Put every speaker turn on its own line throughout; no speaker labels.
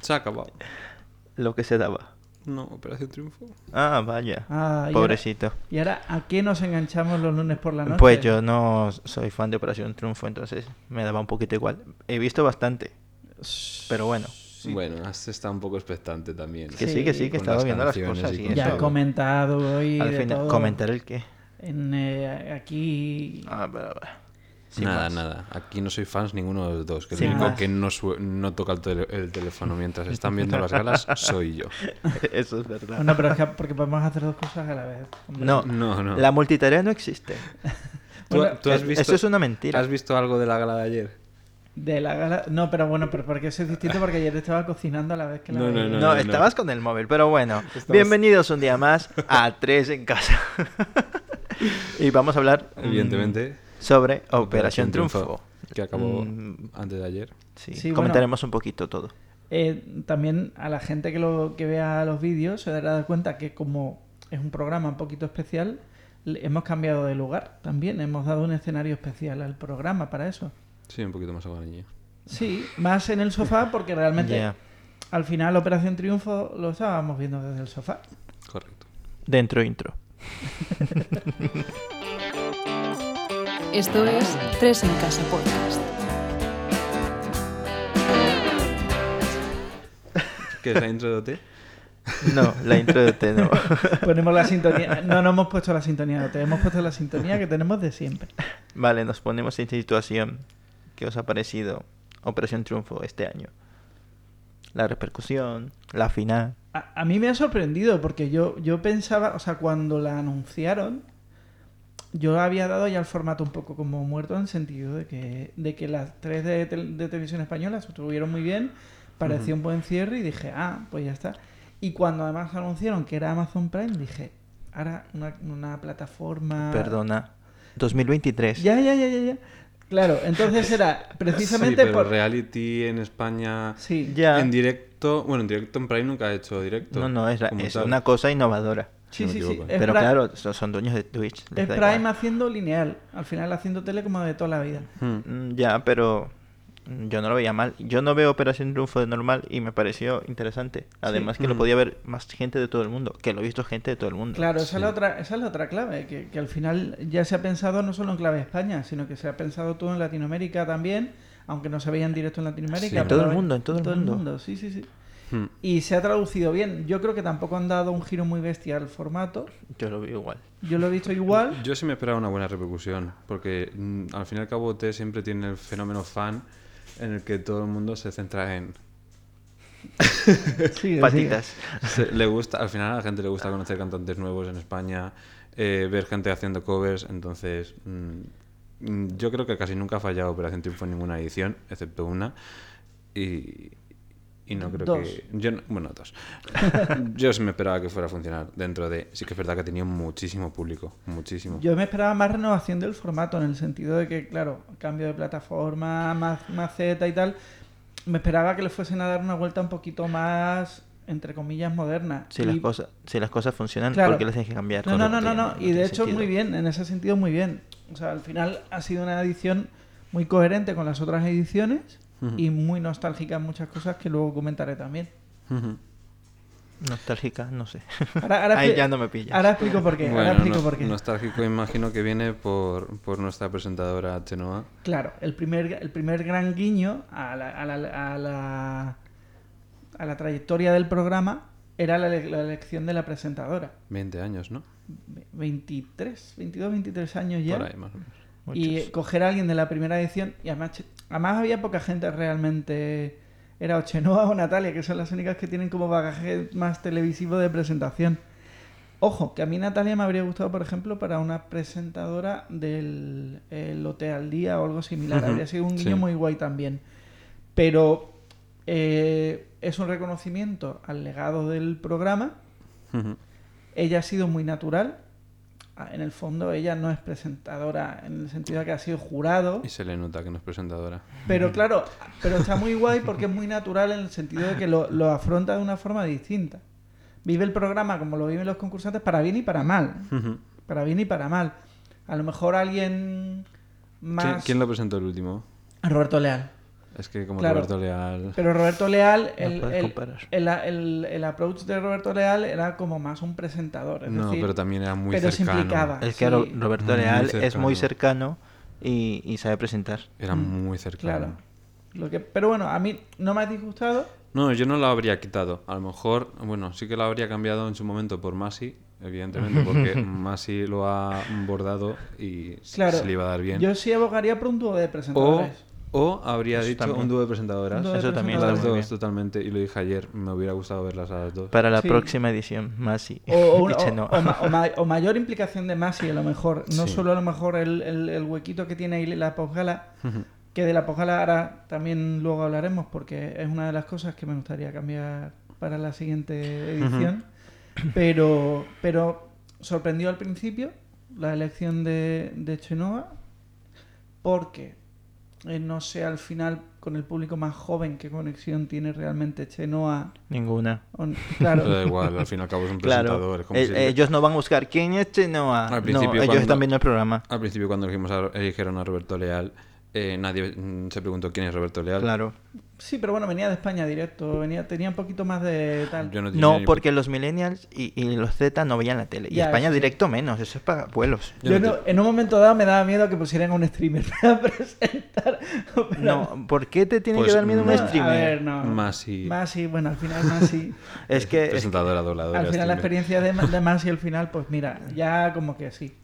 Se ha acabado.
Lo que se daba.
No, Operación Triunfo.
Ah, vaya.
Ah, y ahora-
Pobrecito.
¿Y ahora a qué nos enganchamos los lunes por la noche?
Pues yo no soy fan de Operación Triunfo, entonces me daba un poquito igual. He visto bastante, pero bueno.
Bueno, has estado un poco expectante también.
Que sí, que sí, que
Con
estaba
las
viendo las
canciones
cosas.
y
y
con
Ya
eso.
he comentado hoy.
Al
de
final,
todo
¿comentar el qué?
en, eh, aquí.
Ah, pero- sin
nada,
más.
nada. Aquí no soy fans ninguno de los dos. Que el
Sin
único
más.
que no, sue- no toca el, tel- el teléfono mientras están viendo las galas soy yo.
Eso es verdad.
Bueno, pero es que porque podemos hacer dos cosas a la vez. hombre.
No,
No, no.
la multitarea no existe.
¿Tú,
Bueno,
tú has
es-
visto,
eso es una mentira.
¿Has visto algo de la gala de ayer?
De la gala. No, pero bueno, pero porque eso es distinto porque ayer estaba cocinando a la vez que la
No, no,
veía.
No,
no, no.
estabas con el móvil, pero bueno. Bienvenidos un día más a Tres en Casa. y vamos a hablar, mm,
Evidentemente.
sobre Operación, Triunfo.
Que acabó
Mm,
antes de ayer.
sí,
Sí,
comentaremos un poquito todo.
Eh, también a la gente que lo que vea los vídeos se dará cuenta que como es un programa un poquito especial, le- hemos cambiado de lugar también. Hemos dado un escenario especial al programa para eso.
Sí, un poquito más aguanillo.
Sí, más en el sofá porque realmente
Ya.
al final Operación Triunfo lo estábamos viendo desde el sofá.
Correcto.
Dentro intro.
Esto es Tres en Casa Podcast.
¿Qué es la intro de OT?
No, la intro de T no.
Ponemos la sintonía. No, no hemos puesto la sintonía, no te hemos puesto la sintonía que tenemos de siempre.
vale, nos ponemos en situación. ¿Qué os ha parecido Operación Triunfo este año? La repercusión, la final.
A, a mí me ha sorprendido porque yo, yo pensaba, o sea, cuando la anunciaron, yo había dado ya el formato un poco como muerto en el sentido de que, de que las tres de, tel- de televisión española se estuvieron muy bien, parecía un buen cierre y dije, ah, pues ya está. Y cuando además anunciaron que era Amazon Prime, dije, ahora una, una plataforma...
Perdona. 2023.
Ah. Ya, ya, ya, ya, ya. Claro, entonces era
Sí,
precisamente
pero
por...
reality en España.
Sí,
Ya.
En directo. Bueno, en directo en Prime nunca ha hecho directo.
No, no, es, la-
como
es
tal.
una cosa innovadora.
sí,
me
sí, sí.
equivoco.
Es
Pero
pra-
claro, son, son dueños de Twitch. les
Es
da
Prime
igual.
haciendo lineal, al final haciendo tele como de toda la vida.
Hmm.
Mm, Ya, pero mm, yo no lo veía mal. Yo no veo Operación Triunfo de normal y me pareció interesante. Además que lo
Mm.
podía ver más gente de todo el mundo, que lo he visto gente de todo el mundo.
Claro, esa, es la otra, esa es la otra clave, que, que al final ya se ha pensado no solo en clave España, sino que se ha pensado todo en Latinoamérica también, aunque no se veía en directo en Latinoamérica.
Sí, en
pero
todo el
lo ven-
mundo, en todo el mundo.
sí, sí, sí.
Hmm.
Y se ha traducido bien. Yo creo que tampoco han dado un giro muy bestia al formato.
Yo lo veo igual.
Yo lo he visto igual.
Yo sí me esperaba una buena repercusión, porque mm, al fin y al cabo OT siempre tiene el fenómeno fan en el que todo el mundo se centra en...
Sigue,
Patitas.
se- le gusta, al final a la gente le gusta conocer cantantes nuevos en España, eh, ver gente haciendo covers, entonces mm, mm, yo creo que casi nunca ha fallado Operación Triunfo en ninguna edición, excepto una, y, y no creo
Dos.
que... Yo, no- bueno, dos. yo sí me esperaba que fuera a funcionar dentro de... Sí que es verdad que ha tenido muchísimo público, muchísimo.
Mm.
sigue. Yo me esperaba más renovación del formato, en el sentido de que, claro, cambio de plataforma, más maceta y tal. Me esperaba que le fuesen a dar una vuelta un poquito más, entre comillas, moderna.
Si, las
Y-
cosas, si las cosas funcionan,
Claro.
¿por qué las tienes que cambiar?
No, no, no,
Correcto,
no, no.
tiene-
Y de
tiene
hecho,
sentido.
muy bien. En ese sentido, muy bien. O sea, al final ha sido una edición muy coherente con las otras ediciones
Ujú.
y muy nostálgica en muchas cosas que luego comentaré también.
Ujú.
Nostálgica, no sé.
Ahora, ahora
Ahí
expli-
ya no me pillas.
ahora explico por qué. ahora
Bueno,
explico
nos-
por qué.
Nostálgico imagino que viene por, por nuestra presentadora Chenoa.
Claro, el primer, el primer gran guiño a la, a la- a la- a la trayectoria del programa era la, ele- la elección de la presentadora.
20 años, ¿no?
Ve- 23, 22, 23 años ya.
Por ahí, más o menos.
Y
Muchos.
eh, coger a alguien de la primera edición. Y además, che- además había poca gente realmente. Era Ochenoa o Natalia, que son las únicas que tienen como bagaje más televisivo de presentación. Ojo, que a mí Natalia me habría gustado, por ejemplo, para una presentadora del el OT al día o algo similar.
Ujú,
Habría sido un
sí.
guiño muy guay también. Pero eh, es un reconocimiento al legado del programa
Ujú.
ella ha sido muy natural. Ah, En el fondo, ella no es presentadora en el sentido de que ha sido jurado.
Y se le nota que no es presentadora.
Pero claro, pero está muy guay porque es muy natural en el sentido de que lo, lo afronta de una forma distinta. Vive el programa como lo viven los concursantes para bien y para mal.
Ujú.
Para bien y para mal. A lo mejor alguien
¿Quién,
más...
quién lo presentó el último?
Roberto Leal.
Es que como
Claro.
Roberto Leal.
Pero Roberto Leal, el,
puedes
el-
comparar.
el- el- el approach de Roberto Leal era como más un presentador. Es
no,
decir,
pero también era muy
pero se
cercano.
implicaba.
Es que
Sí.
Ro- Roberto
Muy
Leal es muy
cercano.
cercano y, y sabe presentar.
Era muy cercano.
Mm, Claro. Este Lo que, pero bueno, a mí no me ha disgustado.
No, yo no la habría quitado. A lo mejor, bueno, sí que la habría cambiado en su momento por Masi, evidentemente, porque Masi lo ha bordado y s-
Claro.
se le iba a dar bien.
Yo sí abogaría por un dúo de
O,
presentadores.
o habría
Eso
dicho
también.
un dúo de presentadoras.
Un dúo de
Eso también está
Las
muy
dos,
bien.
totalmente. Y lo dije ayer, me hubiera gustado verlas a las dos.
Para la
Sí.
próxima edición, Masi.
O, o una-
Dice
o-
no.
o ma- o ma- o mayor implicación de Masi, a lo mejor. No
Sí.
solo a lo mejor el, el- el huequito que tiene ahí la posgala, que de la posgala ahora también luego hablaremos, porque es una de las cosas que me gustaría cambiar para la siguiente edición. pero, pero sorprendió al principio la elección de, de Chenoa, porque eh, no sé al final con el público más joven qué conexión tiene realmente Chenoa.
Ninguna.
o-
Pero da
claro,
igual, al fin y al cabo es un presentador.
Claro.
es como
Eh,
si-
ellos no van a buscar quién es Chenoa.
Al
No,
principio
ellos
cuando-
están viendo el programa.
Al principio, cuando elegimos a- eligieron a Roberto Leal, eh, nadie mm, se preguntó quién es Roberto Leal.
Claro.
sí, pero bueno, venía de España directo, venía, tenía un poquito más de tal.
Yo no, tenía
No,
ni-
porque los millennials y, y los Z no veían la tele. Y
Ya,
España
eso sí.
directo menos, eso es para abuelos.
yo
Yo
no
no- en un momento dado me daba miedo que pusieran a un streamer para presentar. pero-
No, ¿por qué te tiene
Pues,
que dar miedo
no,
un
a
A ver,
streamer?
no.
Masi.
Masi, bueno, al final Masi.
Es que es-
presentadora, dobladora.
al final la
streamer.
experiencia de, de Masi al final, pues mira, ya como que sí.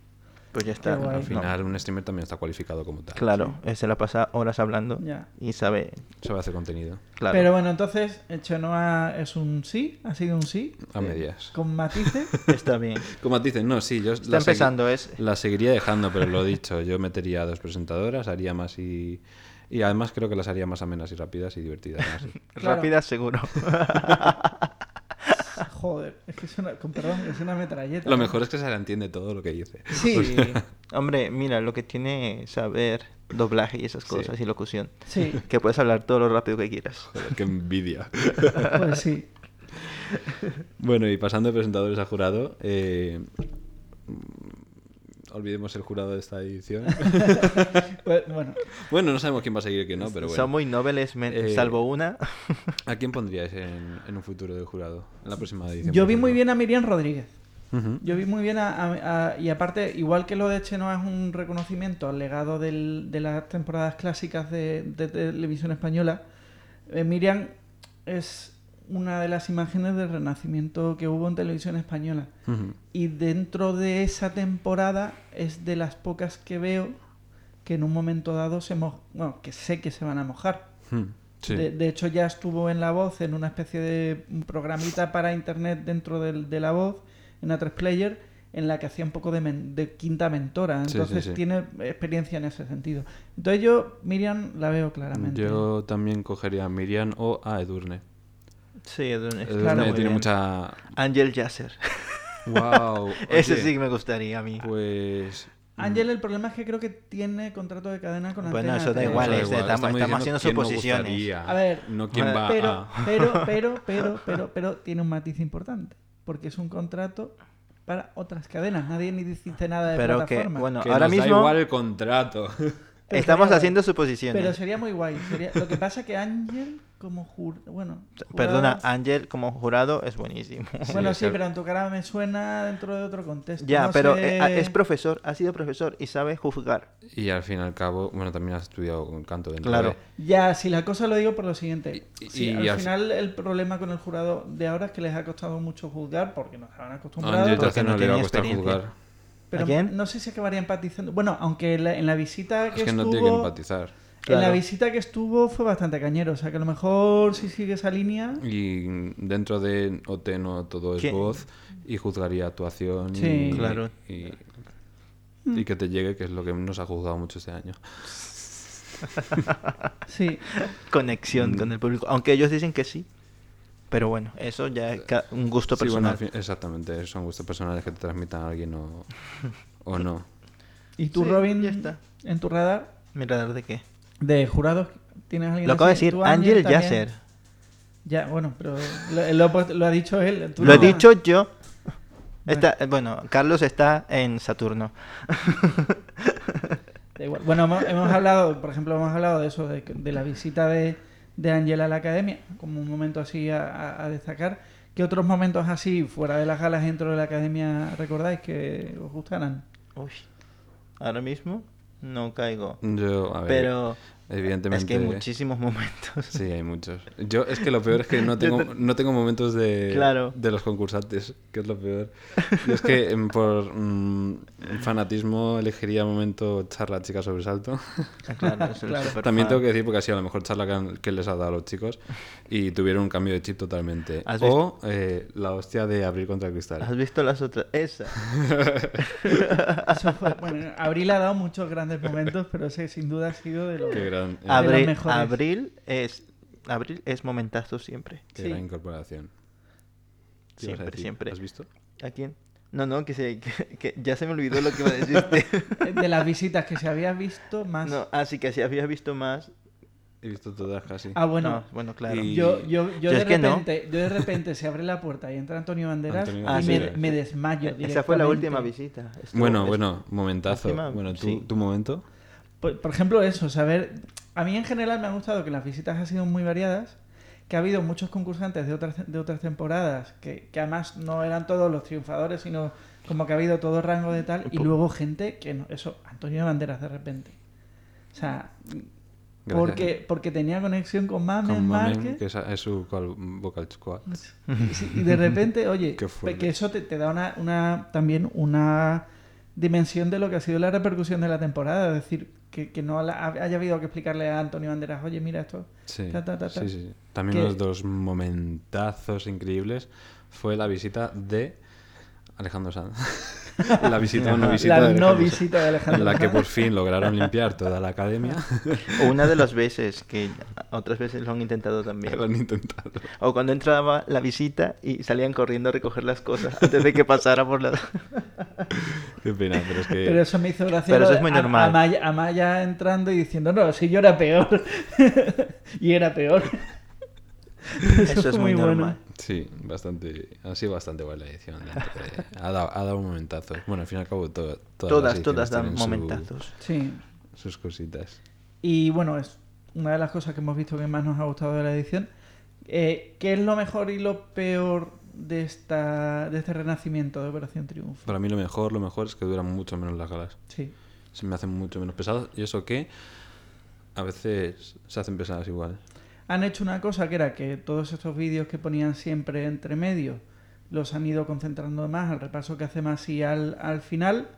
pues ya está.
Qué guay.
no.
Al final, un streamer también está cualificado como tal.
Claro, eh, se la pasa horas hablando
Ya.
y sabe,
Sabe hacer contenido.
claro.
Pero bueno, entonces, Chenoa es un sí, ha sido un sí,
A medias.
con matices.
Está bien.
Como dicen, no, sí, yo
Está
la segui-
empezando, es
la seguiría dejando, pero lo dicho, yo metería a dos presentadoras, haría más y. Y además creo que las haría más amenas y rápidas y divertidas. más.
Claro.
rápida, seguro.
Joder, es que es una, con perdón, es una metralleta.
Lo mejor Pues- es que se le entiende todo lo que dice.
Sí,
Hombre, mira, lo que tiene saber doblaje y esas cosas y locución,
sí,
que puedes hablar todo lo rápido que quieras.
Joder, qué envidia.
pues sí.
Bueno, y pasando de presentadores a jurado, eh, mm, olvidemos el jurado de esta edición.
Pues, bueno,
bueno, no sabemos quién va a seguir y quién
Este,
no, pero bueno.
Son muy nobles, men-
Eh,
salvo una.
¿A quién pondríais en, en un futuro de jurado? En la próxima edición.
yo
por
vi muy
ejemplo.
bien a Miriam Rodríguez.
Ujú.
Yo vi muy bien a, a- a- y aparte, igual que lo de Chenoa es un reconocimiento al legado del- de las temporadas clásicas de, de televisión española, eh, Miriam es una de las imágenes del renacimiento que hubo en televisión española.
Ujú.
Y dentro de esa temporada es de las pocas que veo que en un momento dado se mo- bueno, que sé que se van a mojar.
Ujú. Sí.
De, de hecho, ya estuvo en La Voz, en una especie de programita para internet dentro del- de, La Voz, en una 3Player, en la que hacía un poco de, men- de quinta mentora.
Sí, sí,
Entonces
sí.
tiene experiencia en ese sentido. Entonces yo, Miriam, la veo claramente.
Yo también cogería a Miriam o a Edurne.
Sí, Edurne.
Edurne
Claro, muy
tiene mucha.
Angel Yasser.
¡Wow!
Ese
oye,
sí que me gustaría a mí.
Pues.
Ángel, el problema es que creo que tiene contrato de cadena con
Bueno,
Antena
eso da
tres.
igual,
Eso da
es de-
igual,
estamos- estamos
diciendo
haciendo
quién nos
suposiciones.
gustaría,
A ver,
no quién
Vale.
va
Pero,
a.
pero, pero, pero, pero, pero tiene un matiz importante, porque es un contrato para otras cadenas. Nadie ni dice nada de
Pero que,
plataforma.
bueno,
Que
ahora
nos da
mismo
igual el contrato.
Pero
estamos
sería-
haciendo suposiciones.
Pero sería muy guay. sería- Lo que pasa que Ángel, como jur... bueno,
Perdona,
jurado-
Ángel como jurado es buenísimo.
Bueno,
Sí,
sí,
claro.
pero en tu cara me suena dentro de otro contexto.
ya,
no
pero
sé-
eh, a- es profesor, ha sido profesor y sabe juzgar.
Y al fin y al cabo, bueno, también has estudiado con canto dentro
Claro.
de-
Ya, si la cosa lo digo por lo siguiente.
Y- y-
Sí,
y
al
al-
final el problema con el jurado de ahora es que les ha costado mucho juzgar porque nos han
A
acostumbrado.
Ángel
porque
Yacen no
no
le va a
tenía
costar
experiencia.
juzgar.
Pero
¿A quién?
no sé si acabaría empatizando. Bueno, aunque la- en la visita que
Es que
estuvo...
no tiene que empatizar.
En la
Claro.
visita que estuvo fue bastante cañero. O sea, que a lo mejor si sigue esa línea...
Y dentro de OT no todo es
¿Qué?
voz y juzgaría actuación
Sí.
y,
Claro.
y, y que te llegue, que es lo que nos ha juzgado mucho este año.
Sí.
Conexión con el público. Aunque ellos dicen que sí. Pero bueno, eso ya es ca- un gusto
Sí, bueno,
personal.
al fin- exactamente, son gustos personales que te transmitan a alguien o, o no.
¿Y tú,
Sí,
Robin,
ya está.
en tu radar?
Mira, ¿de qué?
De jurados, ¿tienes alguien
Lo acabo de
así?
decir,
¿Tú,
Ángel
también?
Yasser.
Ya, bueno, pero lo, lo ha puesto- lo ha dicho él. tú
Lo he
no.
dicho yo. eh, Está, bueno, Carlos está en Saturno.
Da igual. Bueno, hemos, hemos hablado, por ejemplo, hemos hablado de eso, de, de la visita de, de Angela a la academia, como un momento así a, a- a destacar. ¿Qué otros momentos así, fuera de las galas, dentro de la academia, recordáis que os gustaran?
Uy, ahora mismo no caigo.
Yo, a ver,
Pero
eh, evidentemente... eh,
es que hay muchísimos momentos.
Sí, hay muchos. Yo es que lo peor es que no tengo, no tengo momentos de,
Claro.
de los concursantes, que es lo peor. Yo es que em, por mm, fanatismo elegiría momento charla chica sobresalto.
Ah, Claro, es el
Claro.
superfan.
También tengo que decir porque ha sido la mejor charla que, han- que les ha dado a los chicos y tuvieron un cambio de chip totalmente.
¿Has
O eh, la hostia de abrir contra el cristal.
¿Has visto las otras? Esa.
Eso fue- bueno, Abril ha dado muchos grandes momentos, pero ese sin duda ha sido de los...
Qué gran, eh,
Ah,
Abril,
mejores.
abril es abril es momentazo siempre.
qué
sí.
gran incorporación. ¿Qué ibas a
Siempre,
decir?
siempre.
¿Has visto?
¿A quién? No, no, que, se, que, que ya se me olvidó lo que iba a decirte.
De las visitas que se había visto más...
no, así que si habías visto más.
He visto todas casi.
Ah, bueno,
no, bueno, claro.
Y-
Yo, yo, yo,
Yo
de
es que no.
repente, yo de repente se abre la puerta y entra Antonio Banderas
Antonio
y me,
Banderas.
me desmayo.
Ah, E-, Esa fue la
directamente.
última visita. Estuvo-
bueno,
es-
bueno, momentazo.
Lástima,
bueno, ¿tú,
sí.
tu momento.
Por, por ejemplo, eso, saber. A mí en general me ha gustado que las visitas han sido muy variadas, que ha habido muchos concursantes de otras, de otras temporadas, que, que además no eran todos los triunfadores, sino como que ha habido todo rango de tal, y
Po-
luego gente que no. Eso, Antonio Banderas de repente. O sea,
Gracias.
porque, porque tenía conexión con Mamen,
con Mamen,
Márquez.
que es, es su col- vocal squad.
Sí, Pues, y de repente, oye,
Qué fuerte.
que eso te, te da una, una- también una dimensión de lo que ha sido la repercusión de la temporada. Es decir, que, que no la- haya habido que explicarle a Antonio Banderas, oye, mira esto.
Sí,
Ta, ta, ta, ta.
sí, sí. También
Que-
los dos momentazos increíbles fue la visita de Alejandro Sanz. la visita o no visita
la
de
no
Alejandro
visita de
Sanz,
Alejandro.
en la que
Sanz.
por fin lograron limpiar toda la academia.
Una de las veces que otras veces lo han intentado también.
lo han intentado.
O cuando entraba la visita y salían corriendo a recoger las cosas antes de que pasara por la...
Qué pena, pero es que...
Pero eso me hizo gracia.
Pero
lo
eso
de
es muy
a-
normal.
Amaya, Amaya entrando y diciendo, no, si yo era peor. y era peor.
Eso es
fue
muy
bueno.
normal.
Sí, bastante... Ha sido bastante buena la edición. la verdad. Ha dado, ha dado momentazos. Bueno, al fin y al cabo, to- todas,
Todas,
las ediciones
todas dan
tienen su-
momentazos.
Sí.
sus cositas.
Y bueno, es una de las cosas que hemos visto que más nos ha gustado de la edición. Eh, ¿Qué es lo mejor y lo peor de, esta, de este renacimiento de Operación Triunfo?
Para mí lo mejor, lo mejor es que duran mucho menos las galas.
Sí.
se me hacen mucho menos pesadas. Y eso que a veces se hacen pesadas igual.
Han hecho una cosa que era que todos estos vídeos que ponían siempre entre medio los han ido concentrando más al repaso que hace Masi al, al final,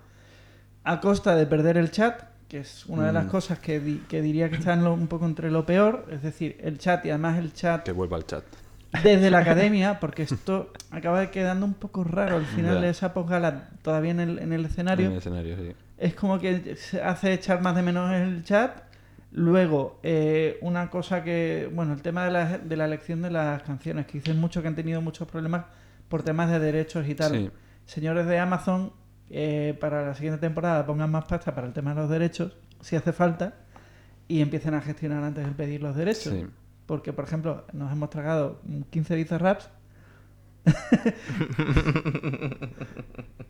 a costa de perder el chat, que es una de las
Mm.
cosas que, di- que diría que están un poco entre lo peor, es decir, el chat y además el chat
Que vuelva al chat.
desde la academia, porque esto acaba quedando un poco raro al final
Ya.
de esa posgala, todavía en el, en el escenario.
En el escenario, sí.
Es como que se hace echar más de menos el chat. Luego, eh, una cosa que, bueno, el tema de la, de la elección de las canciones, que dicen mucho que han tenido muchos problemas por temas de derechos y tal.
Sí.
Señores de Amazon, eh, para la siguiente temporada pongan más pasta para el tema de los derechos, si hace falta, y empiecen a gestionar antes de pedir los derechos.
Sí.
Porque, por ejemplo, nos hemos tragado mm, 15 bizarraps. o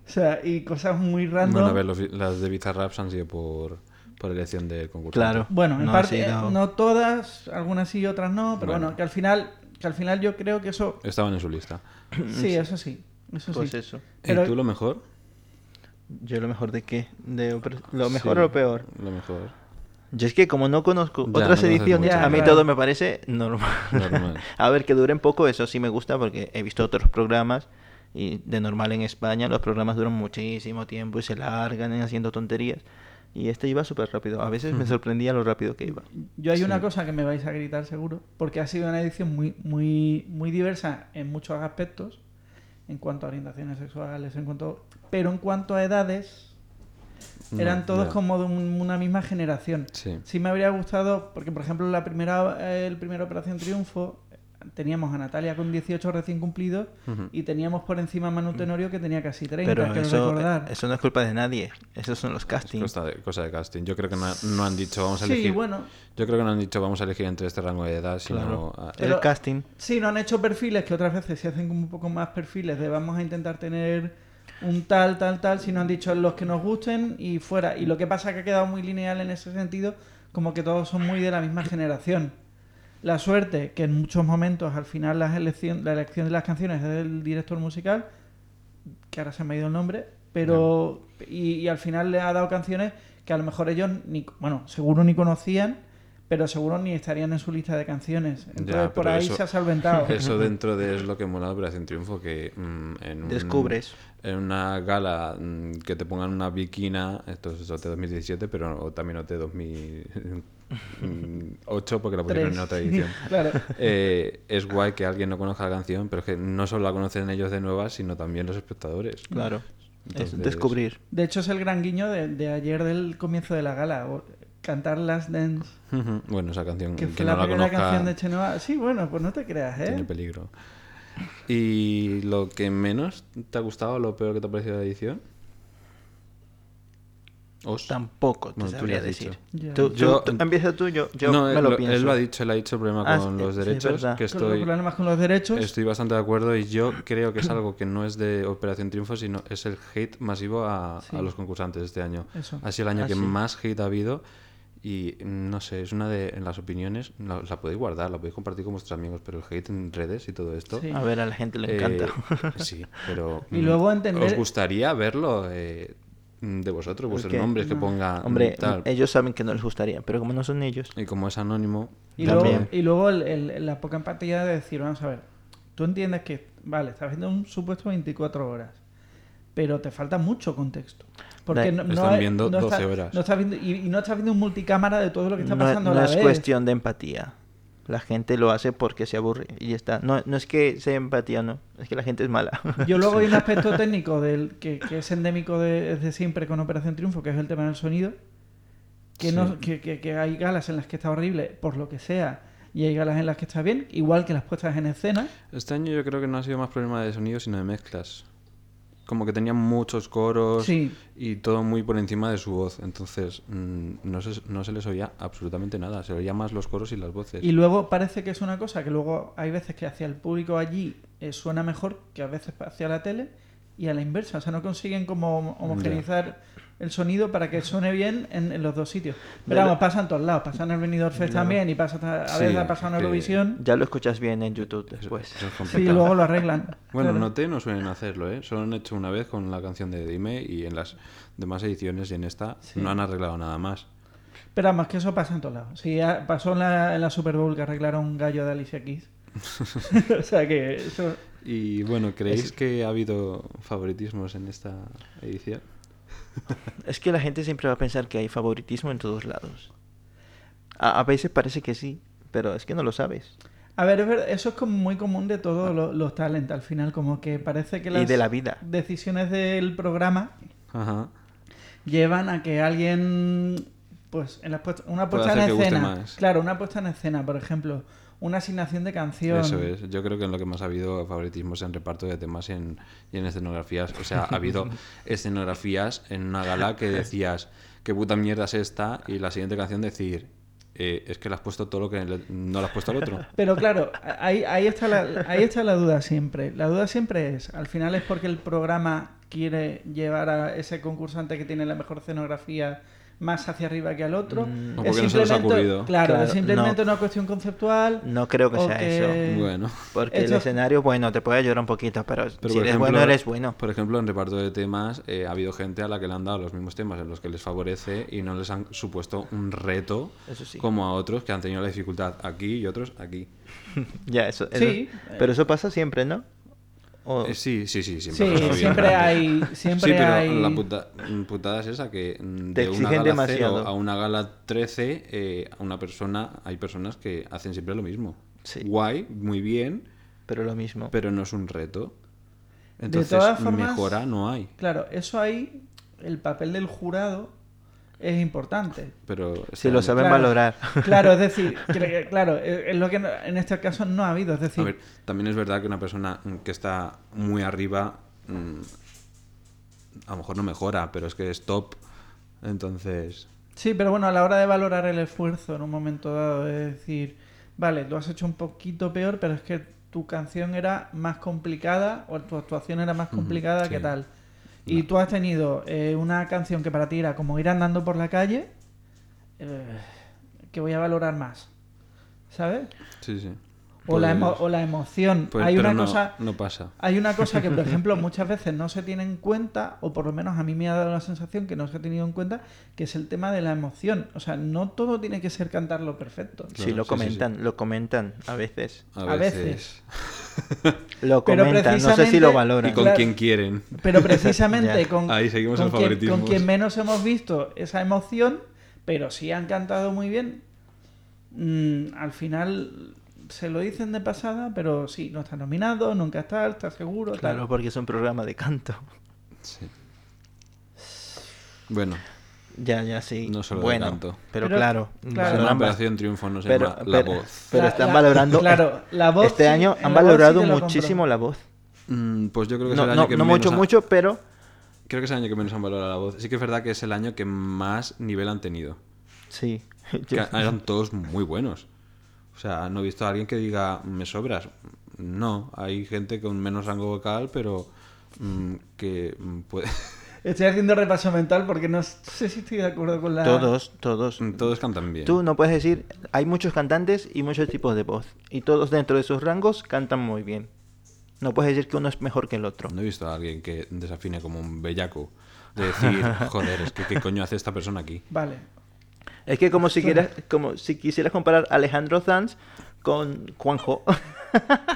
sea, y cosas muy random.
Bueno, a ver, los vi- las de Bizarraps han sido por, por elección del concurso.
Claro.
Bueno, en
No ha
parte,
sido-
eh, no todas, algunas sí, otras no, pero bueno,
Bueno.
que al final, que al final yo creo que eso.
Estaban en su lista.
Sí, eso sí. Eso
Pues
sí.
eso.
Pero-
¿Y tú lo mejor?
¿Yo lo mejor de qué? De opera- ¿Lo mejor
Sí,
o lo peor?
Lo mejor.
Yo es que como no conozco
Ya, no
otras
conoces
ediciones,
mucho.
a mí
Ya,
todo
claro.
me parece normal.
Normal.
a ver, que duren poco, eso sí me gusta porque he visto otros programas y de normal en España los programas duran muchísimo tiempo y se largan haciendo tonterías. Y este iba súper rápido. A veces me sorprendía lo rápido que iba.
Yo hay una
Sí.
cosa que me vais a gritar seguro, porque ha sido una edición muy, muy, muy diversa en muchos aspectos, en cuanto a orientaciones sexuales, en cuanto. Pero en cuanto a edades, eran
No,
todos
Mm, ya.
como de un- una misma generación.
Sí.
Sí me habría gustado, porque por ejemplo la primera, eh, el primera Operación Triunfo eh, teníamos a Natalia con 18 recién cumplidos
Ujú.
y teníamos por encima a
Mm.
Manu Tenorio que tenía casi 30,
Pero
quiero
eso,
recordar.
eh,
eso no es culpa de nadie. Esos son los
Es
castings.
cosa de, cosa de casting. Yo creo que no, no han dicho vamos a
sí,
elegir.
bueno,
Yo creo que no han dicho vamos a elegir entre este rango de edad, sino
Claro.
a-
Pero-
El casting.
sí, no han hecho perfiles que otras veces se hacen como un poco más perfiles de vamos a intentar tener un tal, tal, tal, si no han dicho los que nos gusten y fuera. Y lo que pasa es que ha quedado muy lineal en ese sentido, como que todos son muy de la misma generación. La suerte que en muchos momentos al final las elección, la elección de las canciones es del director musical, que ahora se me ha ido el nombre, pero y, y al final le ha dado canciones que a lo mejor ellos ni, bueno, seguro ni conocían, pero seguro ni estarían en su lista de canciones. Entonces
Ya,
por
pero
ahí
eso-
se ha solventado.
Eso dentro de es lo que mola de Operación Triunfo, que mm, en un-
Descubres.
En una gala mm, que te pongan una biquina, esto es OT 2017, pero o también OT 2008, porque la pusieron
Tres.
en otra edición.
claro.
Eh, es guay que alguien no conozca la canción, pero es que no solo la conocen ellos de nuevas, sino también los espectadores.
Claro.
Entonces-
es descubrir.
De hecho, es el gran guiño de, de ayer del comienzo de la gala. o- Cantar Last Dance,
Ujú. Bueno, esa canción
que
Mm, que,
fue
no
la
la
primera
conozca
canción de Chenoa. Sí, bueno, pues no te creas, ¿eh?
tiene peligro. ¿Y lo que menos te ha gustado, lo peor que te ha parecido la edición? Os.
Tampoco te
Bueno, tú
sabría
ya has
decir.
dicho. Ya.
Tú, tú-
Yo-
tú- empieza tú, yo, yo
no,
me
él
lo,
lo-
pienso.
Él lo ha dicho, él ha dicho el problema
Ah,
con
sí,
los
sí, es
derechos,
verdad.
que
Con los
estoy,
problemas con los derechos.
estoy bastante de acuerdo y yo creo que es algo que no es de Operación Triunfo, sino es el hate masivo a,
Sí.
a los concursantes este año.
Eso.
Ha sido el año
Ah,
que
sí.
más hate ha habido y mm, no sé, es una de en las opiniones, la, la podéis guardar, la podéis compartir con vuestros amigos, pero el hate en redes y todo esto...
Sí.
A ver, a la gente le
eh,
encanta.
sí, pero...
Y
mm,
luego entender-
¿Os gustaría verlo eh, mm, de vosotros, vuestros
qué?
nombres que
No.
ponga mm,
Hombre, eh,
tal?
ellos saben que no les gustaría, pero como no son ellos,
Y como es anónimo...
Y
También.
luego, y luego el- el- la poca empatía de decir, vamos a ver, tú entiendes que, vale, estás viendo un supuesto 24 horas, pero te falta mucho contexto. Porque
Da-
no, no
Están
es-
viendo
no
12
está-
horas.
no estás viendo, y, y no estás viendo un multicámara de todo lo que está
no,
pasando
no
a la
es
vez.
cuestión de empatía. La gente lo hace porque se aburre y ya está. No, no es que sea empatía, no. Es que la gente es mala.
Yo luego hay un aspecto técnico del que, que es endémico de, de siempre con Operación Triunfo, que es el tema del sonido. Que, no, que, que- que hay galas en las que está horrible, por lo que sea, y hay galas en las que está bien, igual que las puestas en escena.
Este año yo creo que no ha sido más problema de sonido, sino de mezclas. Como que tenían muchos coros
Sí.
y todo muy por encima de su voz. Entonces mm, no, se, no se les oía absolutamente nada. Se oía más los coros y las voces.
Y luego parece que es una cosa que luego hay veces que hacia el público allí eh, suena mejor que a veces hacia la tele y a la inversa. O sea, no consiguen como hom- homogeneizar el sonido para que suene bien en, en los dos sitios. Pero
Pero-
vamos, pasa en todos lados. Pasa en el Benidorm Fest también y pasa ta- a
Sí,
veces ha pasado en
que-
Eurovisión.
ya lo escuchas bien en YouTube
Eso-
después.
eso es
pues, Sí,
complicado.
luego lo arreglan.
Bueno,
Claro.
no te no suelen hacerlo, ¿eh? Solo han hecho una vez con la canción de Dime y en las demás ediciones y en esta
Sí.
no han arreglado nada más.
Pero vamos, que eso pasa en todos lados. Sí, ha- pasó en la, en la Super Bowl que arreglaron un gallo de Alicia Keys. o sea que eso...
Y bueno, ¿creéis que ha habido favoritismos en esta edición?
Es que la gente siempre va a pensar que hay favoritismo en todos lados. A, a veces parece que sí, pero es que no lo sabes.
A ver, es ver- eso es como muy común de todos lo- los talent al final, como que parece que
Y
las
de la vida.
decisiones del programa
Ajá.
llevan a que alguien, pues, en la puesta- una
Puede
puesta en
hacer que guste
escena,
más.
claro, una puesta en escena, por ejemplo, una asignación de canción,
Eso es. Yo creo que en lo que más ha habido favoritismos en reparto de temas y en, y en escenografías. O sea, ha habido escenografías en una gala que decías, qué puta mierda es esta, y la siguiente canción decir, "Eh, es que le has puesto todo lo que le- no le has puesto al otro.
Pero claro, ahí, ahí, está la, ahí está la duda siempre. La duda siempre es, al final es porque el programa quiere llevar a ese concursante que tiene la mejor escenografía más hacia arriba que al otro.
Mm.
O
Es
porque no se les ha
simplemente-
ocurrido.
Claro,
Claro,
es simplemente
no.
una cuestión conceptual.
No creo que
o
sea
que-
eso.
Bueno.
Porque
Eso-
el escenario, bueno, te puede ayudar un poquito, pero, si
Pero,
eres
por ejemplo,
bueno, eres bueno.
Por ejemplo, en reparto de temas eh, ha habido gente a la que le han dado los mismos temas en los que les favorece y no les han supuesto un reto
Eso sí.
como a otros que han tenido la dificultad aquí y otros aquí.
Ya, eso, eso-
Sí.
Pero eso pasa siempre, ¿no? O-
Eh, sí, sí, sí, siempre.
Sí,
ha habido,
siempre
obviamente.
hay... Siempre
sí, pero
hay...
la puta- putada es esa que mm,
Te
de una
exigen
gala
demasiado.
0 a una gala 13 eh, a una persona hay personas que hacen siempre lo mismo.
Sí.
Guay, muy bien,
pero lo mismo.
pero no es un reto.
De
Entonces,
todas formas-
mejora no hay.
Claro, eso ahí, el papel del jurado es importante.
Pero
si
este
lo
año-
saben
Claro.
valorar.
Claro, es decir, que- claro, es lo que no- en este caso no ha habido, es
A
decir,
ver, también es verdad que una persona mm, que está muy arriba mm, a lo mejor no mejora, pero es que es top. Entonces,
Sí, pero bueno, a la hora de valorar el esfuerzo en un momento dado, es decir, vale, lo has hecho un poquito peor, pero es que tu canción era más complicada o tu actuación era más complicada,
sí.
¿qué tal? Y tú has tenido eh, una canción que para ti era como ir andando por la calle, eh, que voy a valorar más. ¿Sabes?
Sí, sí.
O, la,
Pues-
emo- o la emoción.
pues,
Hay
pero
una
no,
cosa...
No pasa.
Hay una cosa que, por ejemplo, muchas veces no se tiene en cuenta, o por lo menos a mí me ha dado la sensación que no se ha tenido en cuenta, que es el tema de la emoción. O sea, no todo tiene que ser cantarlo perfecto.
Claro,
Sí, lo
sí, sí,
comentan, lo comentan a veces.
A veces.
Lo
Pero
comentan, no sé si lo
Y
precisamente-
valoran.
con
Claro.
quien quieren.
Pero precisamente
Ya.
con,
Ahí seguimos
con
en
quien,
favoritismos.
con quien menos hemos visto esa emoción, pero sí han cantado muy bien, mm, al final se lo dicen de pasada, pero sí, no está nominado, nunca está, está seguro. tal.
Claro, pues porque es un programa de canto.
Sí. Bueno,
Ya, ya, sí.
No solo de
bueno,
canto.
Pero,
Pero-
claro,
claro.
se llama
valoran más.
Operación Triunfo, no se
pero,
llama La
pero-
Voz.
pero
La-
están
la-
valorando.
claro, la voz
este
sí,
año
en
han
la voz sí
valorado
te lo compro.
muchísimo la voz.
Mm, pues yo creo que
No,
es el año
no,
que
no
menos
mucho,
ha-
mucho, pero
Creo que es el año que menos han valorado la voz. Sí que es verdad que es el año que más nivel han tenido.
sí.
Que
Yo-
eran todos muy buenos. O sea, no he visto a alguien que diga, me sobras. No, hay gente con menos rango vocal, pero mm, que mm, puede...
Estoy haciendo repaso mental porque no sé si estoy de acuerdo con la...
Todos, todos.
todos cantan Mm, bien.
Tú no puedes decir, hay muchos cantantes y muchos tipos de voz. Y todos dentro de sus rangos cantan muy bien. No puedes decir que uno es mejor que el otro.
No he visto a alguien que desafine como un bellaco. De decir, joder, es que qué coño hace esta persona aquí.
Vale.
Es que como si quieras, como si quisieras comparar a Alejandro Sanz con Juanjo.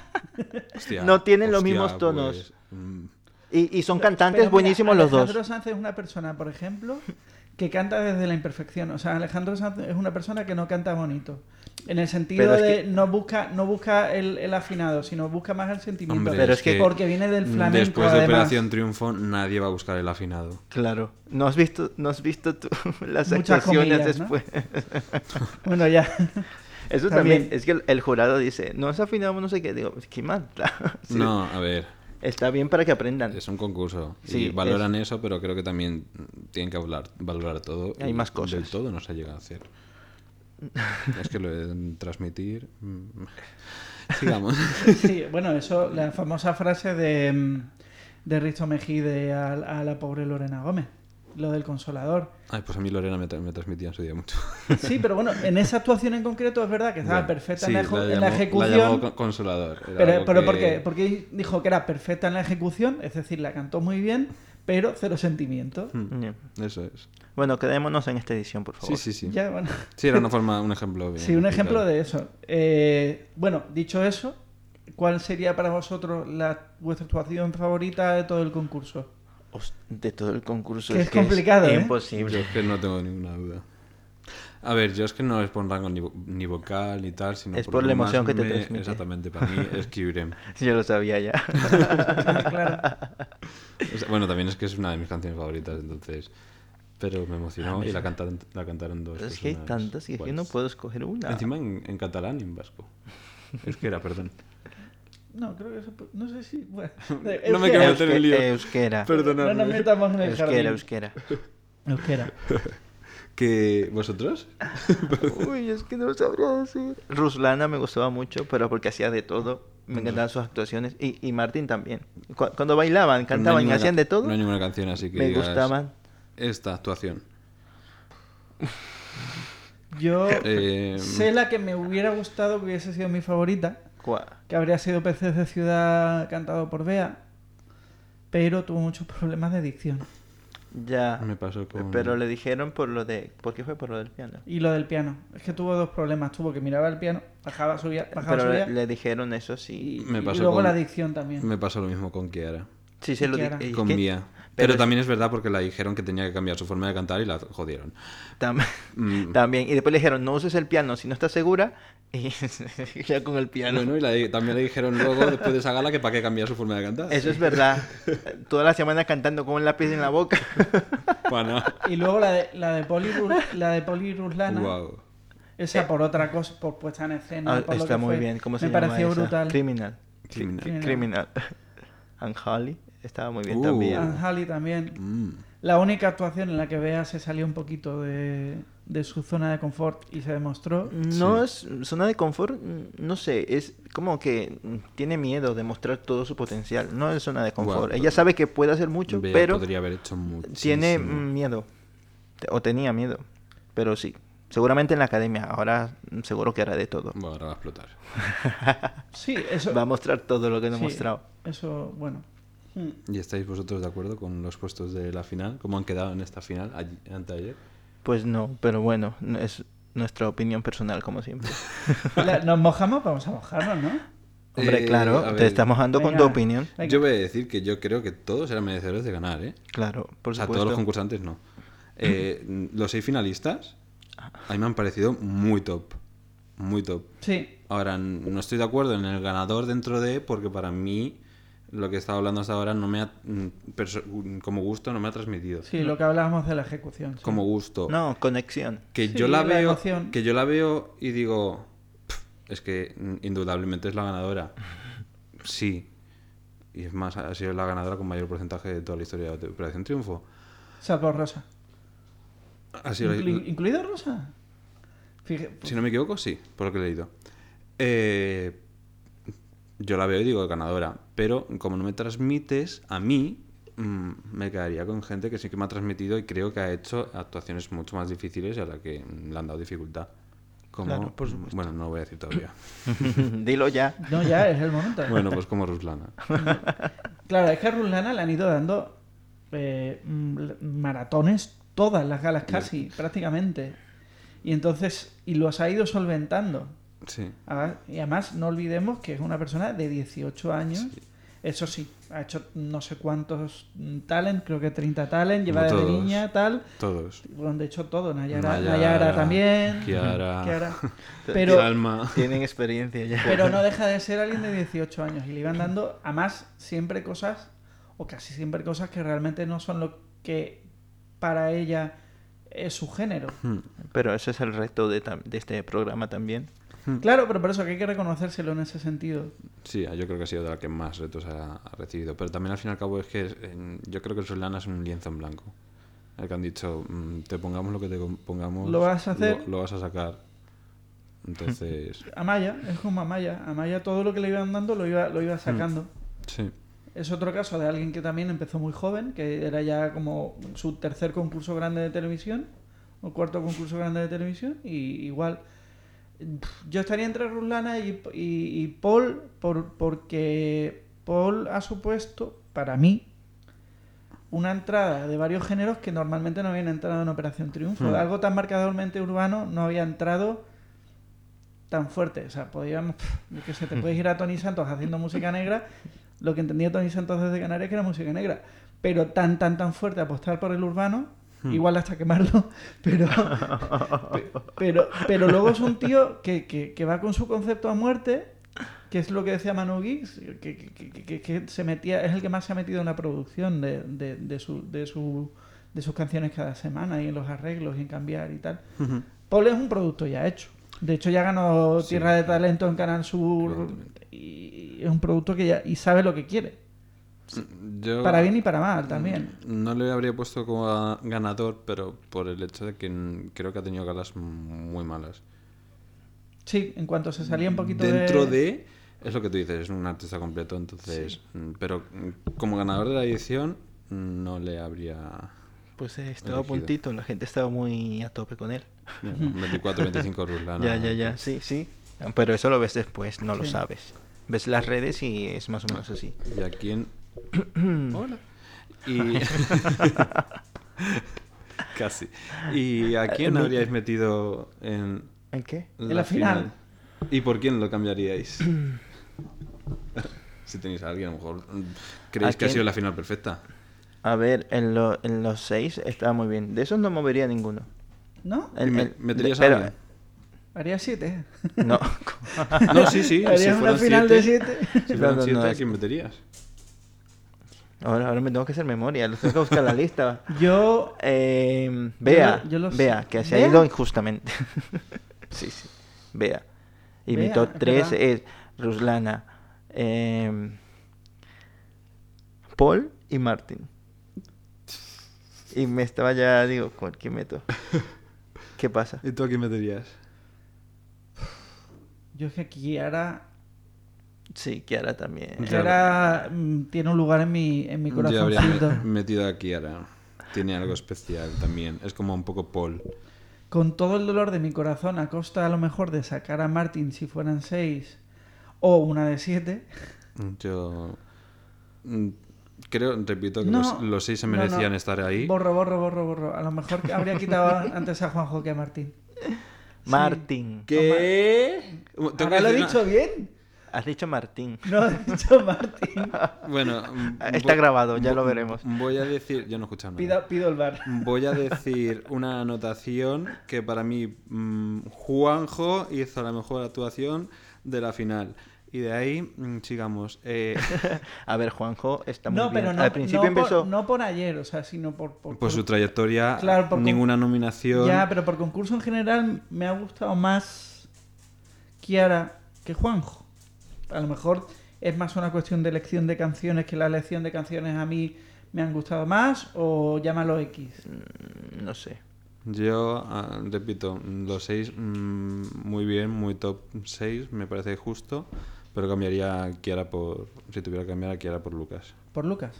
Hostia,
No tienen los
hostia,
mismos tonos.
pues, mm,
y, y son cantantes
Pero mira,
buenísimos los dos.
Alejandro Sanz es una persona, por ejemplo, que canta desde la imperfección. O sea, Alejandro Sanz es una persona que no canta bonito. En el sentido
Pero es
de no busca, no busca el, el afinado, sino busca más el sentimiento.
hombre, mm,
Pero es que-
porque viene del flamenco.
Después de
además.
Operación Triunfo, nadie va a buscar el afinado.
Claro. No has visto, no has visto tú las
Muchas
actuaciones
comillas, ¿no?
después.
Bueno, ya.
Eso
También.
también. es que el, el jurado dice, no es afinado, no sé qué. Digo, es que mata. Sí.
No, a ver,
Está bien para que aprendan.
es un concurso.
Sí,
y valoran eso, pero creo que también tienen que hablar, valorar todo.
Hay
y
más cosas.
Del todo no se llega a hacer. es que lo de transmitir. mm, Sigamos.
Sí, bueno, eso, la famosa frase de, mm, de Risto Mejí de a, a la pobre Lorena Gómez, lo del consolador.
Ay, pues a mí Lorena me, tra- me transmitía en su día mucho.
Sí, pero bueno, en esa actuación en concreto es verdad que estaba
Ya.
perfecta
Sí,
en, la, eje- en la
llamó-
ejecución.
La llamó con- consolador. Era
Pero,
algo
pero
que-
¿por qué? Porque dijo que era perfecta en la ejecución, es decir, la cantó muy bien, pero cero sentimiento.
Hmm,
Ya.
Eso es.
Bueno, quedémonos en esta edición, por
Sí,
favor.
sí, sí.
Ya, bueno.
Sí, era una forma, un ejemplo. bien
Sí, un ejemplo
explicado.
de eso. Eh, bueno, dicho eso, ¿cuál sería para vosotros la, vuestra actuación favorita de todo el concurso?
Host- De todo el concurso.
Que es complicado, ¿eh?
Yo
Imposible.
es que no tengo ninguna duda. A ver, yo es que no es por rango ni, vo- ni vocal ni tal, sino
Es por la
lo más
emoción que te
me-
transmite.
Exactamente, para mí es Kyurem.
Yo lo sabía ya.
claro.
O sea, bueno, también es que es una de mis canciones favoritas, entonces. Pero me emocionó y la cantaron, la cantaron dos.
Pero es que hay
personas
tantas y es que
guays.
no puedo Ah. escoger una.
pues. Encima en, en catalán y en vasco. Es que era, perdón.
No, creo que eso. No sé si. Bueno,
No me
euskera.
quiero meter en
Euske-
lío.
euskera.
No nos
Perdonadme.
metamos en el
Euskera,
jardín.
euskera.
Euskera.
¿Que ¿Vosotros?
Uy, es que no lo sabría decir. Ruslana me gustaba mucho, pero porque hacía de todo. Me encantaban sus actuaciones. Y, y Martín también. Cu- Cuando bailaban,
No hay
cantaban y
ninguna
hacían
can-
de todo,
No hay ninguna canción así que
me
digas,
gustaban.
Esta actuación.
Yo
Eh,
sé la que me hubiera gustado que hubiese sido mi favorita.
Cua-
que habría sido Peces de Ciudad cantado por Bea, pero tuvo muchos problemas de dicción.
Ya.
Me pasó con-
Pero le dijeron por lo de... ¿Por qué fue por lo del piano?
Y lo del piano, es que tuvo dos problemas, tuvo que miraba el piano, bajaba, subía, bajaba,
Pero
subía,
le, le dijeron eso
y,
sí.
Me
y
pasó
luego
con-
la dicción también.
Me pasó lo mismo con Kiara.
Sí, se lo
¿Qué era?
dijeron.
con Mía. Pero,
es-
también es verdad porque la dijeron que tenía que cambiar su forma de cantar y la jodieron.
Tam-
Mm.
También. Y después le dijeron, no uses el piano si no estás segura. Y ya con el piano.
Bueno, y la di- también le dijeron luego, después de esa gala, que para qué cambiar su forma de cantar.
Eso es verdad. Toda la semana cantando con un lápiz en la boca.
Para nada.
Y luego la de, la de Poli, Ru- la de Poli Ruslana,
Guau.
esa por otra cosa, por puesta en escena,
Ah,
por lo
está
que
muy
fue,
bien. ¿Cómo se
me
llama
pareció
esa?
brutal.
Criminal.
Criminal.
Cri- Criminal. And Holly. Estaba muy bien
Uh.
también.
Anjali también.
Mm.
La única actuación en la que Bea se salió un poquito de, de su zona de confort y se demostró.
No es zona de confort, no sé, es como que tiene miedo de mostrar todo su potencial. No es zona de confort.
Guau,
Ella sabe que puede hacer mucho,
Bea
pero
podría haber hecho mucho.
tiene mm, miedo. Te- O tenía miedo. Pero sí. Seguramente en la academia. Ahora mm, seguro que hará de todo.
Bueno, ahora va a explotar.
Sí, eso.
Va a mostrar todo lo que no ha
sí,
mostrado.
Eso, bueno. Mm.
¿Y estáis vosotros de acuerdo con los puestos de la final? ¿Cómo han quedado en esta final allí- anteayer?
Pues no, pero bueno, no- es nuestra opinión personal, como siempre.
La- Nos mojamos, vamos a mojarnos, ¿no?
Hombre,
Eh,
claro,
a
te
ver.
estamos dando con
Venga.
tu opinión.
Venga.
Yo voy a decir que yo creo que todos eran merecedores de ganar, ¿eh?
Claro, por
O sea,
supuesto.
todos los concursantes no. Eh, n- los seis finalistas a mí me han parecido muy top. Muy top.
Sí.
Ahora, n- no estoy de acuerdo en el ganador dentro de, porque para mí lo que he estado hablando hasta ahora no me ha, n- perso- como gusto no me ha transmitido.
Sí, lo que hablábamos de la ejecución. sí.
Como gusto.
No, conexión.
que
Sí,
yo la,
la
veo
emoción.
que yo la veo y digo "Pff, es que mm, indudablemente es la ganadora sí y es más ha sido la ganadora con mayor porcentaje de toda la historia de Operación Triunfo
Salvo Rosa.
ha sido la-
Inclu- ¿Incluido Rosa? Fije-
si no me equivoco sí por lo que he leído Eh, yo la veo y digo ganadora pero como no me transmites a mí mm, me quedaría con gente que sí que me ha transmitido y creo que ha hecho actuaciones mucho más difíciles y a la que mm, le han dado dificultad como,
Claro, por supuesto.
bueno no lo voy a decir todavía
Dilo ya.
No, ya es el momento.
Bueno, pues como Ruslana.
Claro, es que a Ruslana le han ido dando eh, mm, maratones todas las galas casi, prácticamente. Y entonces, y los ha ido solventando.
Sí.
Ah, Y además, no olvidemos que es una persona de 18 años. Eso sí, ha hecho no sé cuántos mm, talent, creo que 30 talent, lleva
Como
desde
todos.
niña, tal.
Todos.
Bueno, de hecho, todo. Nayara,
Nayara,
Nayara también.
Kiara.
Pero,
Salma.
Tienen experiencia ya.
pero no deja de ser alguien de 18 años. Y le iban dando, además, siempre cosas, o casi siempre cosas que realmente no son lo que para ella es su género.
Hmm.
Pero ese es el reto de, tam- de este programa también.
Claro, pero por eso que hay que reconocérselo en ese sentido.
Sí, yo creo que ha sido de la que más retos ha, ha recibido. Pero también al fin y al cabo es que eh, yo creo que Ruslana es un lienzo en blanco. El que han dicho, mm, te pongamos lo que te pongamos.
Lo vas a hacer.
Lo, lo vas a sacar. Entonces.
Amaya, es como Amaya. Amaya todo lo que le iban dando lo iba, lo iba sacando.
sí.
Es otro caso de alguien que también empezó muy joven, que era ya como su tercer concurso grande de televisión, o cuarto concurso grande de televisión, y igual. pf, Yo estaría entre Ruslana y, y- y Paul, por- porque Paul ha supuesto, para mí, una entrada de varios géneros que normalmente no habían entrado en Operación Triunfo.
Hmm.
Algo tan marcadormente urbano no había entrado tan fuerte. O sea, podíamos, yo qué sé, te puedes ir a Tony Santos haciendo música negra. Lo que entendía Tony Santos desde Canarias que era música negra. Pero tan, tan, tan fuerte apostar por el urbano, igual hasta quemarlo, pero, pe- pero, pero luego es un tío que, que- que va con su concepto a muerte, que es lo que decía Manu Giggs, que, que- que- que- que se metía, es el que más se ha metido en la producción de, de- de su, de, su- de sus canciones cada semana y en los arreglos y en cambiar y tal. Paul es un producto ya hecho. De hecho, ya ganó
Sí.
Tierra de Talento en Canal Sur
Evidentemente.
y es un producto que ya y sabe lo que quiere.
Yo Mm.
Para bien y para mal también.
no le habría puesto como a- ganador, pero por el hecho de que mm, creo que ha tenido galas muy malas.
Sí, en cuanto se salía un poquito
dentro de... es lo que tú dices es un artista completo entonces mm, pero mm, como ganador de la edición mm, no le habría
Pues eh, estaba a
Elegido.
puntito, la gente estaba muy a tope con él.
Bueno, 24 25 Ruslana
ya, ya,
pues.
ya, sí, sí. Pero eso lo ves después, no lo
Sí.
sabes. Ves las redes y es más o menos así.
y a quién hola y casi y a quién habríais metido en
¿En qué?
Eh, En la final.
y por quién lo cambiaríais si tenéis a alguien a lo mejor mm, creéis
¿A
que ha
quién?
sido la final perfecta
A ver, en, lo- en los seis estaba muy bien. De esos no movería ninguno.
¿No?
¿Y
El-
me-
el-
meterías
pero-
a alguien
Haría siete.
No.
Ah, No, sí, sí.
Harías
si
una
fueran
final de siete.
Si fueran
No, no,
siete,
no,
¿a
es-
quién meterías?
Ahora, ahora me tengo que hacer memoria, lo tengo que buscar la lista.
Yo.
Eh, Bea,
yo lo sé.
Bea, que se
¿Bea?
ha ido injustamente. sí, sí. Bea. Y mi
Bea,
top
es
3
verdad.
es Ruslana, eh, Paul y Martin. Y me estaba ya, digo, ¿con quién meto? ¿Qué pasa?
¿Y tú a quién meterías?
Yo es que Kiara,
Sí, Kiara también.
Ya.
Kiara mm, tiene un lugar en mi, en mi
Yo habría
corazoncito.
me- metido a Kiara. Tiene algo especial también. Es como un poco Paul.
Con todo el dolor de mi corazón, a costa a lo mejor de sacar a Martin si fueran seis o una de siete.
Yo. mm, Creo, repito, que
No,
los, los seis se
no,
merecían
no.
estar ahí.
Borro, borro, borro, borro. A lo mejor que habría quitado antes a Juanjo que a Martín.
Martín.
¿Qué? Tengo que
¿Ahora lo he
decir una-
dicho bien?
Has dicho Martín.
No he dicho Martín.
Bueno, mm,
Está
vo-
grabado, ya
vo-
lo veremos.
Voy a decir. Yo no he escuchado nada.
Pido, pido el bar.
Voy a decir una anotación que para mí mm, Juanjo hizo la mejor actuación de la final. Y de ahí mm, sigamos. Eh,
A ver, Juanjo está muy
No,
bien.
pero no,
Al principio
no
empezó.
por, no por ayer, o sea, sino por... por-
por Pues su trayectoria,
Claro, por-
ninguna nominación.
Ya, pero por concurso en general me ha gustado más Kiara que Juanjo. A lo mejor es más una cuestión de elección de canciones que la elección de canciones a mí me han gustado más o llámalo X.
No sé.
Yo, ah, repito, los seis mm, muy bien, muy top 6, me parece justo. Pero cambiaría a Kiara por. Si tuviera que cambiar a Kiara por Lucas.
Por Lucas.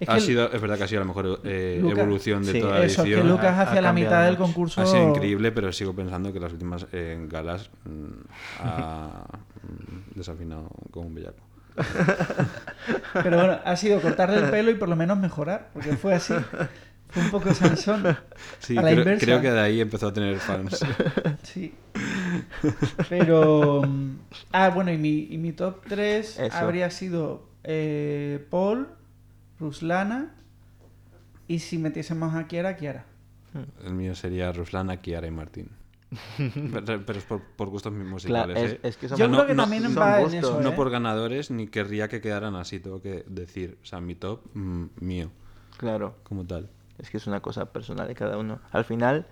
Es
ha
que
sido, es verdad que ha sido la mejor eh,
Lucas-
evolución de
sí,
toda la
eso, que
edición.
Lucas
ha- ha
hacia la
cambiado
mitad del
mucho.
concurso...
Ha sido increíble, pero sigo pensando que las últimas eh, galas mm, ha mm, desafinado como un bellaco.
Pero bueno, ha sido cortarle el pelo y por lo menos mejorar, porque fue así. Fue un poco Sansón.
Sí,
a la
creo,
inversa.
creo que de ahí empezó a tener fans.
Sí. Pero. mm, Ah, bueno, y mi, y mi top 3
Eso.
habría sido eh, Paul, Ruslana y si metiésemos a Kiara, Kiara.
El mío sería Ruslana, Kiara y Martín. Pero, pero es por, por gustos
Claro,
musicales.
es,
¿eh?
es que son
Yo
no-
creo que
no-
también
son
va en
gustos.
eso.
No
¿eh?
por ganadores, ni querría que quedaran así, tengo que decir. O sea, mi top mm, mío,
Claro.
como tal.
Es que es una cosa personal de cada uno. Al final,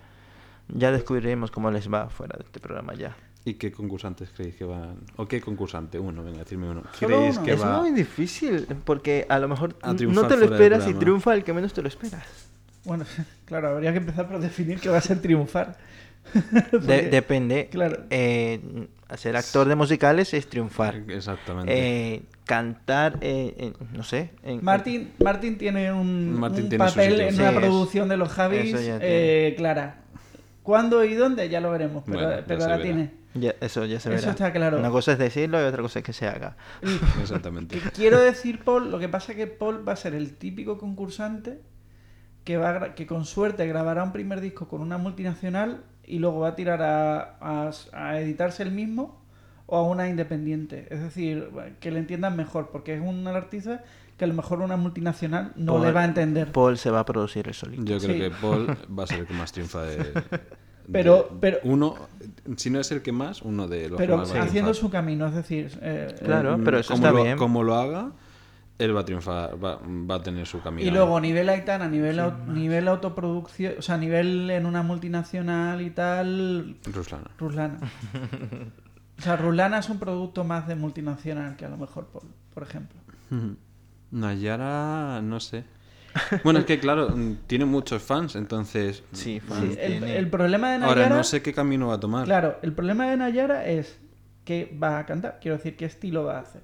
ya descubriremos cómo les va fuera de este programa ya.
¿Y qué concursantes creéis que van? ¿O qué concursante? Uno, venga, decirme uno.
Solo
¿Creéis
uno.
que
es
va?
muy difícil, porque a lo mejor
A triunfar
no te lo
fuera del
esperas y
programa.
triunfa el que menos te lo esperas.
Bueno, claro, habría que empezar por definir qué va a ser triunfar.
De-
Porque-
depende.
Claro.
Eh, ser actor de musicales es triunfar.
Exactamente.
Eh, cantar, eh, eh, no sé. en-
Martín, Martín tiene un,
Martín
un
tiene su
papel
sitio.
en
Sí,
una
es-
producción de los Javis
eso ya
eh, clara. ¿Cuándo y dónde? Ya lo veremos, pero,
Bueno, ya
pero
se
la
verá.
tiene.
Ya, eso ya se
Eso
verá.
está claro.
Una cosa es decirlo y otra cosa es que se haga.
Exactamente.
Que Quiero decir, Paul, lo que pasa es que Paul va a ser el típico concursante que, va a gra- que con suerte grabará un primer disco con una multinacional y luego va a tirar a, a- a editarse el mismo o a una independiente. Es decir, que le entiendan mejor, porque es un artista que a lo mejor una multinacional no
Pues
Paul-
le va a entender.
Paul se va a producir el solito.
Yo creo
Sí.
que Paul va a ser el que más triunfa de. de-
Pero- pero-
Uno, si no es el que más, uno de los que
Pero
más va a triunfar.
haciendo
Mm,
su camino, es decir, eh,
Claro, pero eso
Como
está
lo-
bien.
Como lo haga, él va a triunfar, va, va a tener su camino.
Y luego nivel Aitana, nivel, au- nivel autoproducción, o sea, nivel en una multinacional y tal,
Ruslana.
Ruslana. O sea, Ruslana es un producto más de multinacional que a lo mejor, por, por ejemplo.
Nayara, no sé. Bueno, es que claro, mm, tiene muchos fans, entonces. mm,
Sí, fan,
Sí, el,
tiene-
el problema de Nayara...
Ahora no sé qué camino va a tomar.
Claro, el problema de Nayara es que va a cantar, quiero decir, qué estilo va a hacer.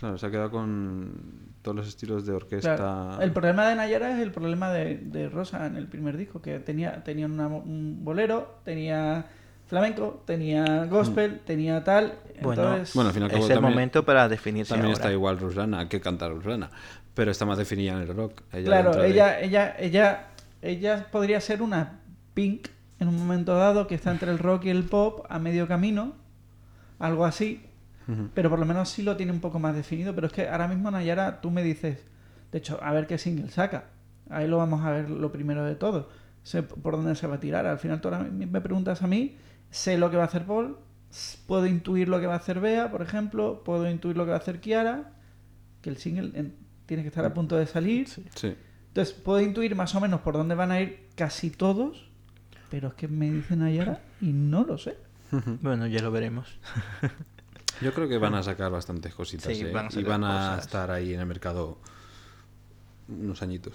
Claro, se ha quedado con todos los estilos de orquesta.
Claro. El problema de Nayara es el problema de, de Rosa en el primer disco, que tenía, tenía una- un bolero, tenía flamenco, tenía gospel, tenía tal.
Bueno,
entonces-
Mm. Bueno, al final y al
es
cabo
el
también-
momento para definirse
También
ahora.
está igual Ruslana, que canta Ruslana. Pero está más definida en el rock. Ella dentro
claro,
de-
ella, ella, ella, ella podría ser una pink en un momento dado que está entre el rock y el pop a medio camino, algo así.
Ujú.
Pero por lo menos sí lo tiene un poco más definido. Pero es que ahora mismo, Nayara, tú me dices, de hecho, a ver qué single saca. Ahí lo vamos a ver lo primero de todo. Sé por dónde se va a tirar. Al final, tú ahora me me preguntas a mí, sé lo que va a hacer Paul, s- puedo intuir lo que va a hacer Bea, por ejemplo, puedo intuir lo que va a hacer Kiara, que el single eh, tiene que estar a punto de salir.
Mm. Sí.
Entonces, puedo intuir más o menos por dónde van a ir casi todos, pero es que me dicen Nayara y no lo sé.
Bueno, ya lo veremos.
Yo creo que van a sacar bastantes cositas.
Sí,
¿eh?
van a
y
sacar
van a
cosas.
estar ahí en el mercado unos añitos.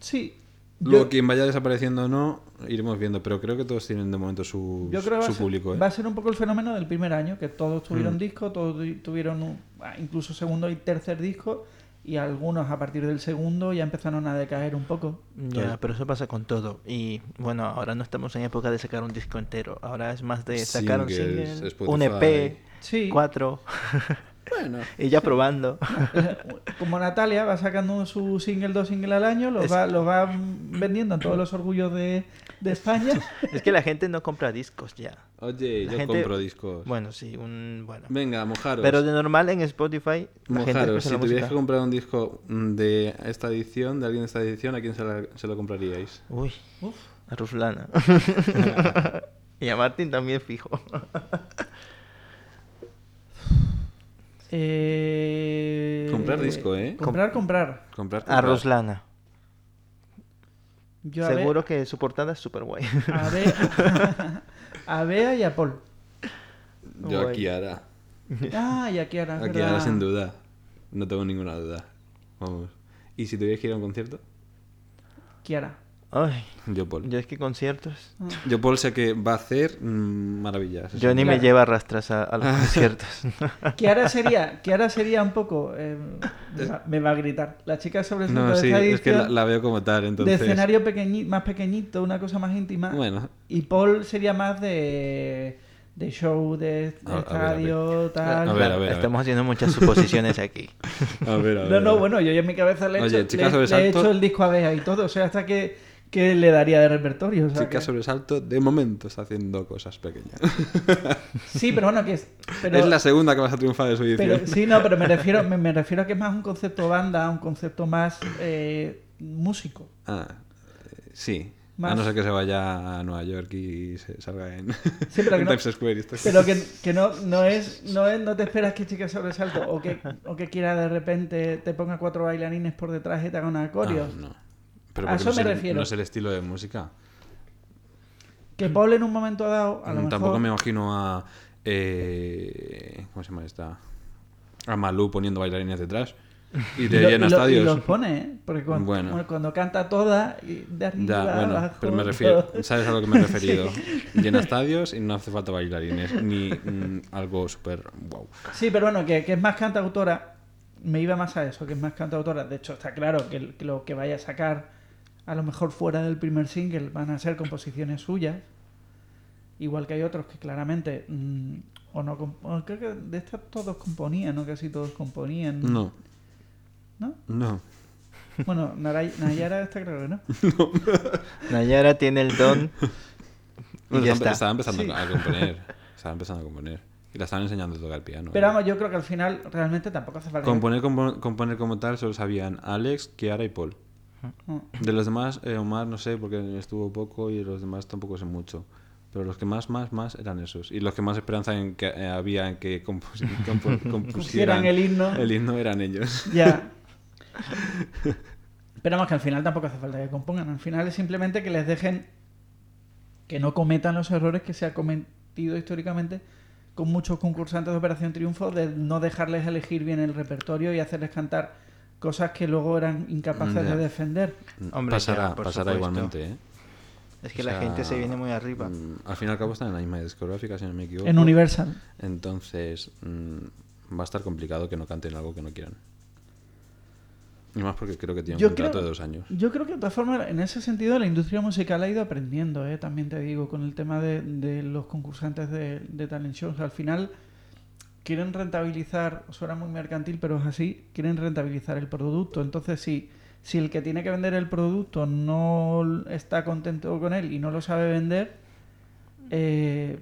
Sí,
Luego,
Yo-
quien vaya desapareciendo o no, iremos viendo. Pero creo que todos tienen de momento su,
Yo creo que va,
su
a ser-
público. ¿eh?
va a ser un poco el fenómeno del primer año, que todos tuvieron
Mm.
disco, todos tu- tuvieron un- ah, incluso segundo y tercer disco, y algunos a partir del segundo ya empezaron a decaer un poco.
Ya, pero eso pasa con todo. Y bueno, ahora no estamos en época de sacar un disco entero. Ahora es más de sacar un
Singles,
single,
Spotify.
un EP,
Sí,
cuatro,
Bueno,
y ya probando.
eh, como Natalia va sacando su single, dos singles al año, los,
Es-
va, los va vendiendo en todos los orgullos de, de España.
es que la gente no compra discos ya.
oye,
La
yo
gente-
compro discos.
Bueno, sí, un bueno.
Venga, mojaros.
Pero de normal en Spotify la gente
mojaros.
escucha
Si
la
tuvierais
música.
que comprar un disco mm, de esta edición, de alguien de esta edición, ¿a quién se, la- se lo compraríais?
Uy,
Uf.
a Ruslana. y a Martín también fijo.
Eh,
Comprar disco, ¿eh?
Comprar, comprar.
Comprar,
A
comprar.
Ruslana.
Yo a Be-
Seguro que su portada es súper guay.
A, Be- a Bea y a Paul.
Yo a
Guay.
Kiara.
Ah, y a Kiara. es
A Kiara,
verdad.
sin duda. No tengo ninguna duda. Vamos. ¿Y si tuvierais que ir a un concierto?
Kiara.
Ay,
Yo, Paul.
yo es que conciertos.
Yo, Paul, sé que va a hacer mm, maravillas.
Yo ni me
Claro.
lleva rastras a, a los conciertos.
Kiara sería, Kiara sería un poco. eh, me, va, me va a gritar. La chica sobre
No, sí, es que la, la veo como tal, entonces...
De escenario pequeñi- más pequeñito, una cosa más íntima.
Bueno,
Y Paul sería más de. de show, de, de
A- a ver, a ver.
estadio, tal.
A ver, a ver, a ver.
Estamos haciendo muchas suposiciones aquí.
a ver, a ver.
No,
a
no,
ver.
bueno, yo ya en mi cabeza le he,
Oye,
hecho,
chica
le- le he
sobresalto.
hecho el disco a Bea y todo. O sea, hasta que, que le daría de repertorio. o sea,
Chica
que-
sobresalto, de momento está haciendo cosas pequeñas.
Sí, pero bueno, que es. Pero...
es la segunda que vas a triunfar de su edición.
Pero, sí, no, pero me refiero, me, me refiero a que es más un concepto banda, un concepto más eh, músico.
Ah, eh, sí. A
Más-
no ser que se vaya a Nueva York y se salga en,
Sí, pero que
en
no-
Times Square. y estas
Pero
cosas.
que, que no, no, es, no es, no te esperas que chica sobresalto o que, o que quiera de repente te ponga cuatro bailarines por detrás y te haga una
Ah,
coreo.
no. Pero
A
porque
eso
no es
me
el-
refiero.
No es el estilo de música.
Que Paul en un momento dado, a lo
Mm,
mejor...
Tampoco me imagino a. eh, ¿Cómo se llama esta? A Malú poniendo bailarines detrás. Y
y
de
lo-
llena
y lo- y
estadios.
los pone, ¿eh? Porque cuando,
Bueno.
bueno, cuando canta toda, y de arriba,
Ya, bueno,
abajo,
pero me refiero,
todo.
¿sabes a lo que me he referido? Llena estadios y no hace falta bailarines, ni mm, algo súper wow.
Sí, pero bueno, que, que es más cantautora. Me iba más a eso, que es más cantautora. De hecho, está claro que, el- que lo que vaya a sacar, a lo mejor fuera del primer single, van a ser composiciones suyas. Igual que hay otros que claramente. mm, o no. comp- o creo que de estas todos componían, ¿no? Casi todos componían.
No,
¿No?
no.
Bueno, Naray- Nayara está claro que no.
Nayara tiene el don. Y
Bueno,
ya
estaba,
está.
estaba empezando
Sí.
a componer. Estaba empezando a componer. Y la estaban enseñando a tocar piano.
Pero
¿eh?
vamos, ¿eh? yo creo que al final realmente tampoco hace falta. que-
componer, compo- componer como tal solo sabían Alex, Kiara y Paul.
No.
De los demás, eh, Omar no sé, porque estuvo poco y los demás tampoco sé mucho. Pero los que más, más, más eran esos. Y los que más esperanza en que, eh, había en que compus- compu- compusieran
Pusieran el himno.
el himno eran ellos.
Ya. Pero vamos, que al final tampoco hace falta que compongan. Al final es simplemente que les dejen que no cometan los errores que se ha cometido históricamente con muchos concursantes de Operación Triunfo, de no dejarles elegir bien el repertorio y hacerles cantar cosas que luego eran incapaces
Ya.
de defender.
Hombre,
pasará
ya, por
pasará
supuesto.
igualmente, ¿eh?
Es que
O
la
sea,
gente se viene muy arriba.
mm, Al fin y al cabo están en la misma discográfica, si no me equivoco.
En Universal.
Entonces, mm, va a estar complicado que no canten algo que no quieran. Y más porque creo que tienen
Yo
un contrato
creo-
de dos años.
Yo creo que de todas formas, en ese sentido, la industria musical ha ido aprendiendo, ¿eh? también te digo, con el tema de, de los concursantes de, de talent shows. Al final quieren rentabilizar, suena muy mercantil, pero es así, quieren rentabilizar el producto. Entonces, si, si el que tiene que vender el producto no está contento con él y no lo sabe vender, eh,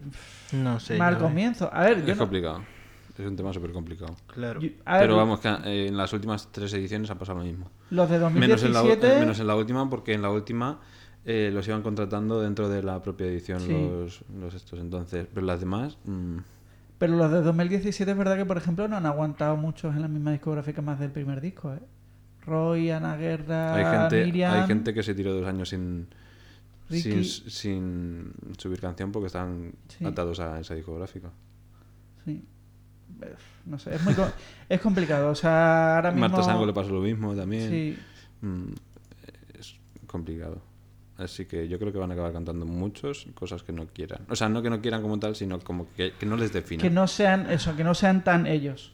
No sé.
mal
yo-
comienzo. A ver, yo
Es
no-
complicado. Es un tema súper complicado.
Claro.
yo- a ver,
Pero vamos, que eh, en las últimas tres ediciones ha pasado lo mismo.
los de
Menos
2017...
en, la, eh, menos en la última, porque en la última eh, los iban contratando dentro de la propia edición
Sí.
los, los estos. Entonces, pero las demás, mm,
Pero los de 2017 es verdad que, por ejemplo, no han aguantado muchos en la misma discográfica más del primer disco, ¿eh? Roy, Ana Guerra,
hay, gente,
Ah, Miriam...
hay gente que se tiró dos años sin, sin,
Ricky.
sin subir canción porque están
Sí.
atados a esa discográfica.
Sí. Uf, No sé, es muy co- es complicado. O sea, ahora mismo...
Marta Sango le pasó lo mismo también.
Sí.
Mm, es complicado. Así que yo creo que van a acabar cantando muchos cosas que no quieran. O sea, no que no quieran como tal, sino como que, que no les definan.
Que no sean eso, que no sean tan ellos.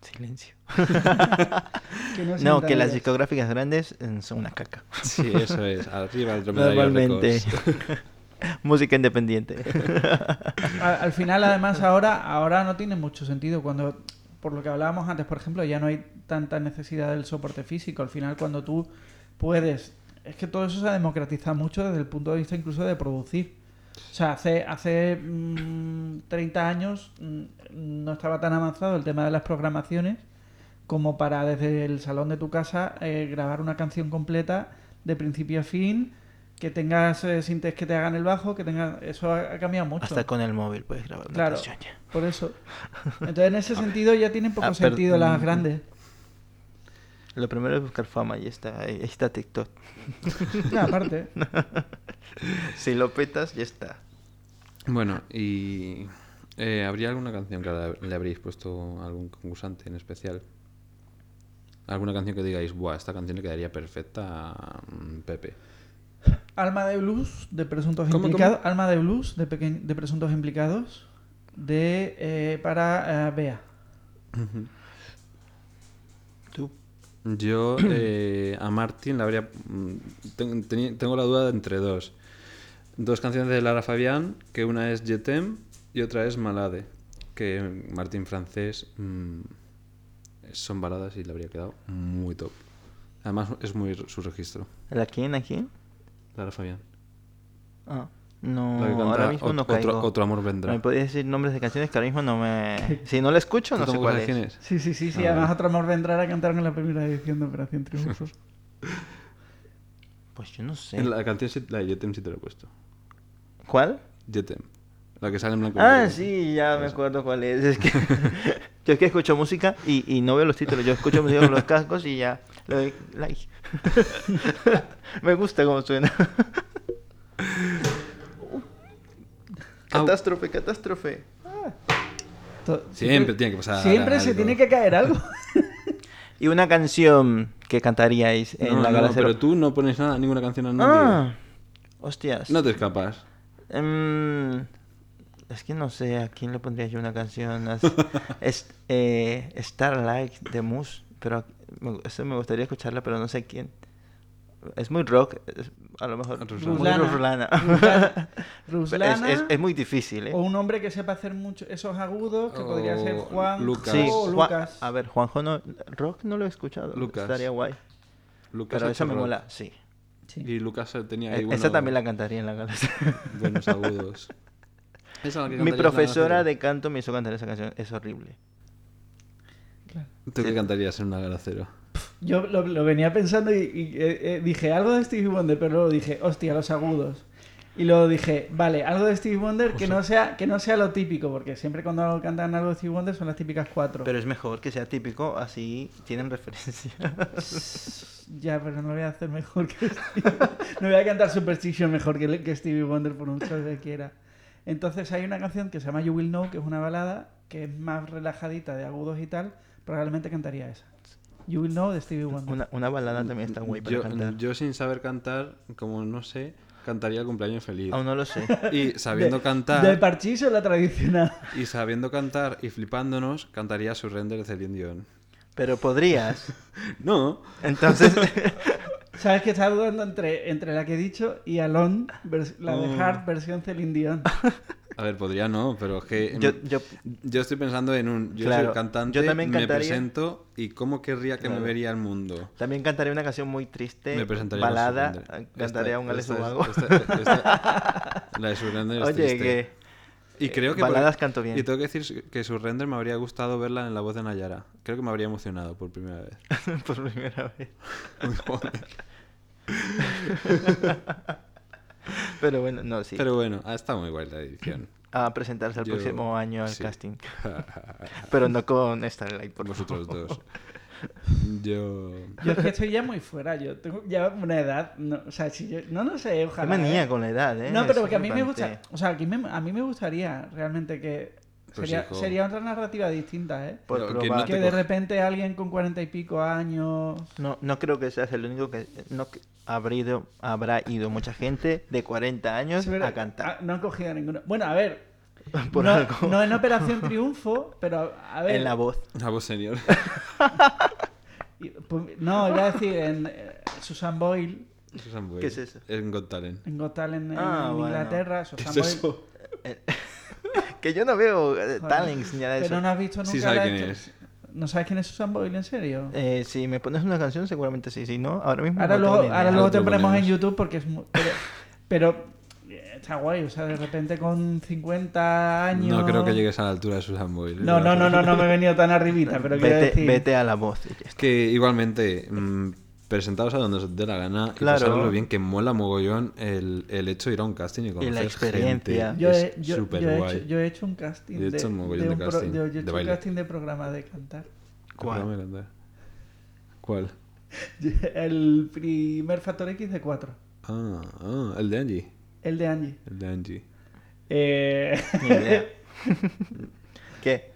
Silencio.
Que no, sean
No,
tan
que las
ellos.
discográficas grandes eh, son una caca.
Sí, eso es. Arriba el
Normalmente. Música independiente.
Al, al final, además, ahora, ahora no tiene mucho sentido. Cuando, por lo que hablábamos antes, por ejemplo, ya no hay tanta necesidad del soporte físico. Al final, cuando tú puedes. Es que todo eso se ha democratizado mucho desde el punto de vista incluso de producir. O sea, hace, hace mm, 30 años mm, no estaba tan avanzado el tema de las programaciones como para desde el salón de tu casa eh, grabar una canción completa de principio a fin, que tengas eh, sintes que te hagan el bajo, que tengas... Eso ha, ha cambiado mucho.
Hasta con el móvil puedes grabar una
Claro.
canción ya.
Por eso. Entonces, en ese sentido, ya tienen poco
Ah, pero-
sentido las grandes.
Lo primero es buscar fama y está, ahí está TikTok.
No, aparte.
Si lo petas, ya está.
Bueno, y. eh, ¿Habría alguna canción que la- le habríais puesto a algún concursante en especial? ¿Alguna canción que digáis, buah, esta canción le quedaría perfecta a mm, Pepe?
Alma de Blues de Presuntos
¿Cómo,
Implicados. Alma de Blues de, peque- de Presuntos Implicados. De, eh, para eh, Bea.
Tú.
Yo eh, a Martín le habría. mm, ten- teni- tengo la duda de entre dos. Dos canciones de Lara Fabián, que una es Jetem y otra es Malade, que Martín francés mm, son baladas y le habría quedado muy top. Además es muy su registro,
¿La quién? ¿A quién?
Lara Fabián.
Ah, no,
La que canta
ahora mismo no
Ot- otro,
caigo.
Otro amor vendrá.
¿Me podías decir nombres de canciones que ahora mismo no me... Si no la escucho,
¿Tú
no sé
tampoco
cuál
sabes
es.
quién es?
Sí, sí, sí, sí.
Ah,
Además,
vale.
otro amor vendrá a cantar en la primera edición de Operación Triunfo.
Pues yo no sé.
En La canción sí- la de Jetem sí te lo he puesto.
¿Cuál?
Jetem. La que sale en blanco y
Ah,
negro.
sí, ya me
Esa.
acuerdo cuál es. Es que yo es que escucho música y, y no veo los títulos. Yo escucho música con los cascos y ya le doy like. me gusta cómo suena.
Au.
catástrofe, catástrofe.
To-
Siempre tiene que pasar
Siempre se
algo.
tiene que caer algo.
Y una canción que cantaríais en
No,
la
no,
gala cero.
pero tú no pones nada, ninguna canción a nadie.
Ah, hostias.
No te escapas.
Em, es que no sé a quién le pondría yo una canción. as- es, eh, Starlight de Moose. Pero me- eso me gustaría escucharla, pero no sé quién. Es muy rock. es- a lo mejor.
Ruslana.
Muy
Ruslana.
Ruslana.
Ruslana.
Pero es,
Ruslana.
es- es muy difícil, ¿eh?
O un hombre que sepa hacer mucho esos agudos, que
O
podría ser Juan
Lucas.
Sí,
o
Juan-
Lucas.
a ver, Juanjo, no, rock no lo he escuchado.
Lucas.
Estaría guay.
Lucas
Pero
ha
esa
hecho
me
rock. Eh,
mola, sí.
Sí.
Y Lucas tenía ahí
E-
buenos-
Esa también la cantaría en la gala.
buenos agudos. Esa es la que
Mi
cantarías
profesora
en la
de canto me hizo cantar esa canción. Es horrible.
gala
Claro.
cero. ¿Tú qué cantarías en una gala cero?
Yo lo, lo venía pensando y, y, eh, eh, dije algo de Stevie Wonder, pero luego dije, hostia, los agudos. Y luego dije, vale, algo de Stevie Wonder que no sea, que no sea lo típico, porque siempre cuando cantan algo de Stevie Wonder son las típicas cuatro.
Pero es mejor que sea típico, así tienen referencia.
Ya, pero no lo voy a hacer mejor que Stevie. No voy a cantar Superstition mejor que, que Stevie Wonder por mucho que quiera. Entonces hay una canción que se llama You Will Know, que es una balada, que es más relajadita de agudos y tal, probablemente cantaría esa. You Will Know de Stevie Wonder.
Una, una balada también está guay para
Yo,
cantar.
yo sin saber cantar, como no sé, cantaría el cumpleaños feliz.
Aún no lo sé.
Y sabiendo
De-
cantar,
Del parchís o la tradicional.
y sabiendo cantar y flipándonos, cantaría Surrender de Celine Dion.
Pero podrías.
No,
Entonces,
Sabes que estaba dudando entre, entre la que he dicho y Alon, vers- la de
Mm.
Hart versión Celine Dion.
a ver, podría no, pero es que...
yo, yo
Yo estoy pensando en un. Yo soy
Claro,
el cantante,
yo también
me
cantaría.
presento y cómo querría que
Claro.
me vería el mundo.
también cantaré una canción muy triste.
Me presentaría. con
balada. eh,
Surrender.
Cantaría
Esta-
un Alex
esta es-
Ubago.
esta- esta- la de Surrender es
Oye,
triste.
que eh,
Y creo que.
baladas canto bien.
Y tengo que decir que Surrender me habría gustado verla en la voz de Nayara. Creo que me habría emocionado por primera vez.
por primera vez.
Joder.
Pero bueno, no, sí.
Pero bueno, ha estado muy guay la edición.
A presentarse al
Yo-
próximo año al
sí.
casting. Pero no con Starlight,
Por
por
vosotros
favor.
dos. Yo.
Yo es que estoy ya muy fuera, yo tengo ya una edad. No, o sea, si yo, no, no sé,
Qué
ojalá. ¿eh?
manía con la edad, ¿eh?
No, pero
Es
que a mí me
flipante.
gusta. O sea, aquí me- a mí me gustaría realmente que
Pues,
Sería,
hijo.
sería otra narrativa distinta, ¿eh?
Por
Pero que
probar.
no te
que de
coge-
repente alguien con cuarenta y pico años...
No, no creo que seas el único que no que- habrá ido, habrá ido mucha gente de 40 años
Sí, pero-
a
ah,
cantar.
no han cogido ninguno. Bueno, a ver.
Por
no,
algo.
no en Operación Triunfo, pero a ver.
En la voz.
A vos, señor.
y- pues, no, iba a decir en eh, Susan Boyle,
Susan Boyle.
¿Qué es eso?
En Got Talent.
en Got Talent en,
Ah,
en
bueno.
Inglaterra.
¿Qué
Susan
es
Boyle.
eso?
Que yo no veo eh,
Joder.
talents ni nada de
Pero
eso.
no has visto nunca.
Sí sabe
la
quién
esto-
es.
¿No sabes quién es Susan Boyle, en serio?
Eh, si me pones una canción, seguramente sí. Si no, ahora mismo.
ahora
no
luego,
tengo ni
ahora
idea.
luego
Ahora
te
lo
ponemos en
ponemos.
YouTube porque es. mu- Pero, pero, eh, está guay, o sea, de repente con 50 años.
No creo que llegues a la altura de ¿eh? Susan Boyle.
No, no, no, no, no me he venido tan arribita, pero quiero
Vete,
decir.
vete a la voz. y ya
Es
está.
que igualmente, mm, presentaros a donde os dé la gana
Claro.
y pasarlo bien, que mola mogollón el, el hecho de ir a un casting y conocer
experiencia.
gente.
Yo he,
Es
yo- yo
súper
he
guay.
hecho, yo he hecho un casting
Yo he
de,
hecho un mogollón
de
de
un pro-
casting,
yo- yo he
de
hecho un
baile.
casting de programa de cantar.
¿Cuál?
¿Cuál?
El primer Factor X de 4.
Ah, ah, el de Angie.
El de Angie.
El de Angie.
Eh,
Ni idea. ¿Qué?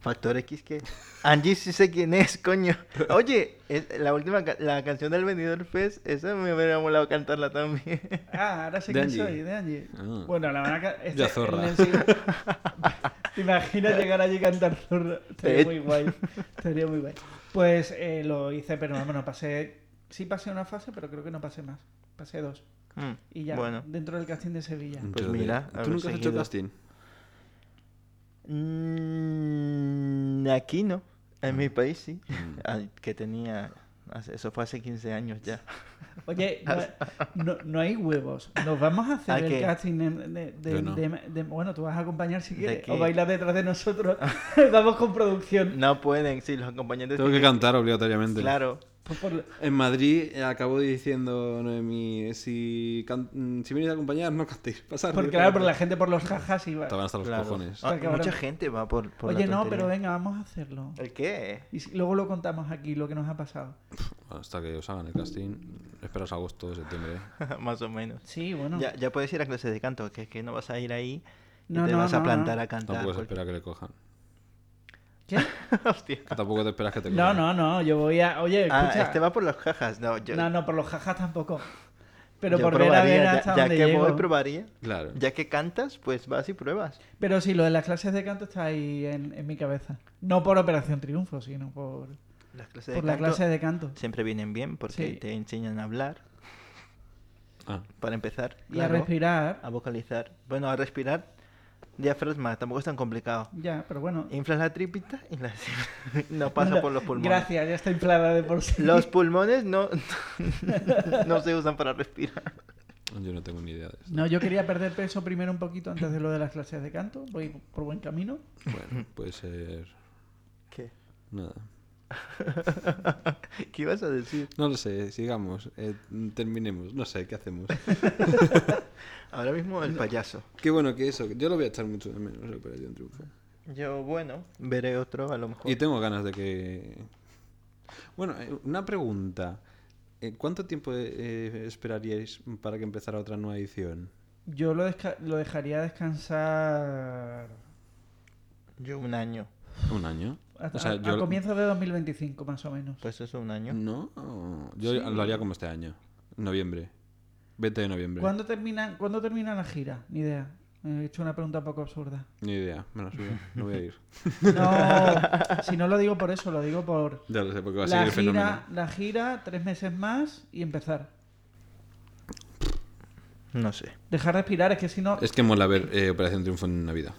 ¿Factor X qué? Angie sí sé quién es, coño. Oye, es- la última ca- la canción del Venidor Fest, esa me hubiera molado cantarla también.
ah, ahora sé
De
quién
Angie.
soy, de Angie.
Ah.
Bueno, la verdad que... este,
Ya zorra.
en el sig- ¿Te imaginas llegar allí y cantar zorra? Estaría
Eh.
muy guay. Estaría muy guay. Pues eh, lo hice, pero bueno, pasé... Sí pasé una fase, pero creo que no pasé más. Pasé dos.
Mm,
Y ya,
Bueno,
dentro del casting de Sevilla.
Mm.
Pues mira,
¿Tú
haber
nunca has hecho
seguido.
casting?
Mm, aquí no, en
Ah.
mi país sí.
Mm.
Al Que tenía, hace- eso fue hace 15 años ya.
Oye, no, no- no hay huevos. Nos vamos a hacer
¿A
el
qué?
casting en- de, de-
Yo no.
de- de- Bueno, tú vas a acompañar si
¿De
quieres.
qué?
O bailar detrás de nosotros. vamos con producción.
No pueden, sí, los acompañantes.
Tengo que
tienen-
cantar obligatoriamente.
Claro.
Pues por-
En Madrid eh, acabó diciendo Noemí, si, can- mm, si venís a acompañar, no cantéis. Pasar.
porque claro, por la gente por los jajas iba.
Estaban hasta los
claro.
cojones.
Ah,
Está cabrón.
mucha gente va por, por la
Oye, no,
tontería.
pero venga, vamos a hacerlo.
¿El qué?
Y si- luego lo contamos aquí, lo que nos ha pasado.
Hasta que os hagan el casting, esperas agosto, septiembre. ¿eh?
Más o menos.
Sí, bueno.
Ya, ya puedes ir a clases de canto, que es que no vas a ir ahí y
No,
te
no,
vas a
no,
plantar
no.
a cantar. pues.
Tampoco se espera que le cojan.
¿Qué?
Hostia.
Que tampoco te esperas que te
No,
cojan.
no, no, yo voy a... Oye,
Ah,
escucha.
este va por las cajas. No, yo,
No, no, por los jajas tampoco. Pero
yo
por ver a ver
ya-
hasta
ya,
dónde
que
llego.
voy, probaría.
Claro.
Ya que cantas, pues vas y pruebas.
Pero sí, lo de las clases de canto está ahí en, en mi cabeza. No por Operación Triunfo, sino por,
Las clases
por
de
la
canto
clase de canto.
siempre vienen bien porque
Sí.
te enseñan a hablar,
Ah,
para empezar.
Y
claro,
a respirar.
A vocalizar. Bueno, a respirar, diafragma, tampoco es tan complicado.
Ya, pero bueno.
Inflas la tripita y la... no pasa
Nada,
por los pulmones.
Gracias, ya está inflada de por sí.
Los pulmones no, no se usan para respirar.
yo no tengo ni idea de eso.
No, yo quería perder peso primero un poquito antes de lo de las clases de canto. Voy por buen camino.
Bueno, puede ser.
¿Qué?
Nada.
¿Qué ibas a decir?
No lo sé, sigamos. eh, terminemos. No sé, ¿qué hacemos?
Ahora mismo el payaso.
Qué bueno que eso. Yo lo voy a echar mucho de menos, Operación Triunfo.
Yo, bueno, veré otro a lo mejor.
Y tengo ganas de que. Bueno, eh, una pregunta. Eh, ¿Cuánto tiempo eh, esperaríais para que empezara otra nueva edición?
Yo lo, desca- lo dejaría descansar
Yo un año.
¿Un año?
hasta-
O sea,
a,
yo-
a comienzos de 2025, más o menos.
Pues eso, un año.
No, yo lo haría como este año. Noviembre. 20 de noviembre.
¿Cuándo termina, ¿Cuándo termina la gira? Ni idea. He hecho una pregunta un poco absurda.
Ni idea, me la subo. No voy a ir.
No, si no lo digo por eso, lo digo por
Ya lo sé, porque va a
la
seguir el
gira,
fenómeno.
la gira, tres meses más y empezar.
No sé.
Dejar respirar, es que si no,
Es que mola ver eh, Operación Triunfo en Navidad.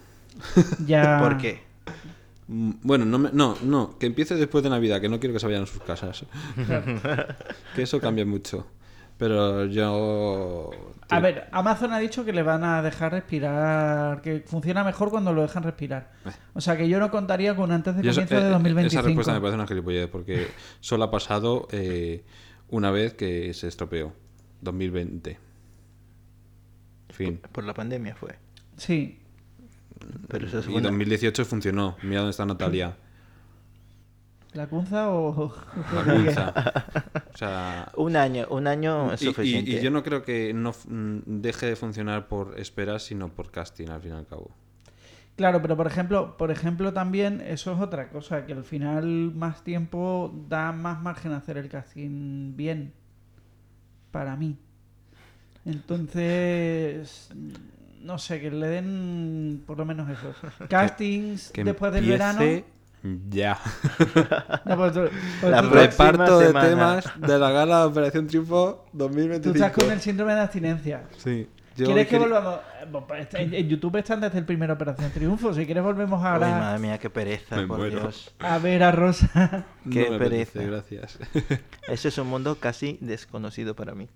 ya...
¿Por qué?
Mm, Bueno, no, me- no, no, que empiece después de Navidad, que no quiero que se vayan a sus casas. que eso cambia mucho. Pero yo.
A ver, Amazon ha dicho que le van a dejar respirar, que funciona mejor cuando lo dejan respirar. O sea que yo no contaría con antes de
Yo Eh. eso-
comienzo
eh,
de
eh,
2025.
Esa respuesta me parece una gilipollez, porque solo ha pasado eh, una vez que se estropeó. 2020. Fin.
Pues,
Por la pandemia fue.
Sí,
Pero
pues,
eso es
Y
bueno.
2018 funcionó. Mira dónde está Natalia.
la cunza o...
La Gunza. O sea.
Un año, un año es
Y- y-
suficiente.
Y, yo no creo que no f- mm, deje de funcionar por esperas, sino por casting, al fin y al cabo.
Claro, pero por ejemplo, por ejemplo también eso es otra cosa, que al final más tiempo da más margen a hacer el casting bien para mí. Entonces, no sé, que le den por lo menos eso. Castings
Que
después del verano.
empiece Ya.
No, pues tú- pues
La
tú-
próxima
Reparto de
semana.
temas de la gala de Operación Triunfo
tú
2025.
estás con el síndrome de abstinencia.
Sí. Yo
¿Quieres que
quería-
volvamos? Eh, bueno, pues, está- En en YouTube están desde el primer Operación Triunfo. Si quieres volvemos
Uy,
ahora
madre mía, qué pereza,
Me
por
muero.
Dios.
a ver a Rosa.
No
Qué
me
pereza.
apetece, gracias.
Ese es un mundo casi desconocido para mí.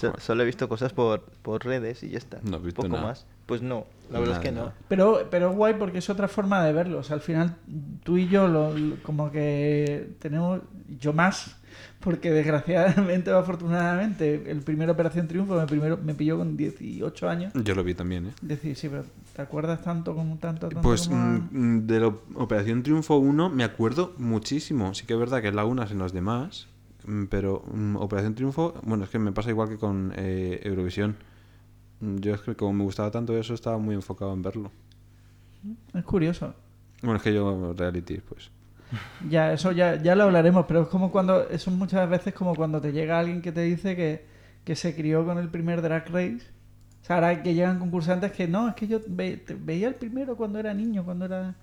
So- solo he visto cosas por, por redes y ya está.
No has visto
Poco
nada.
más. Pues no, la verdad es que no.
Nada.
Pero, pero es guay porque es otra forma de verlo. O sea, al final tú y yo lo- lo- como que tenemos, yo más, porque desgraciadamente o afortunadamente, el primer Operación Triunfo me, primero, me pilló con 18 años.
Yo lo vi también, ¿eh?
Decir, sí, pero ¿te acuerdas tanto como tanto? tanto
Pues
como a-
mm, mm, de la Operación Triunfo 1 me acuerdo muchísimo. Sí que es verdad que es la una en los demás, mm, pero mm, Operación Triunfo, bueno, es que me pasa igual que con eh, Eurovisión. Mm, Yo es que como me gustaba tanto eso, estaba muy enfocado en verlo.
Es curioso.
Bueno, es que yo reality, pues.
Ya, eso ya, ya lo hablaremos, pero es como cuando, eso es muchas veces como cuando te llega alguien que te dice que, que se crió con el primer Drag Race. O sea, ahora que llegan concursantes que no, es que yo ve- te- veía el primero cuando era niño, cuando era...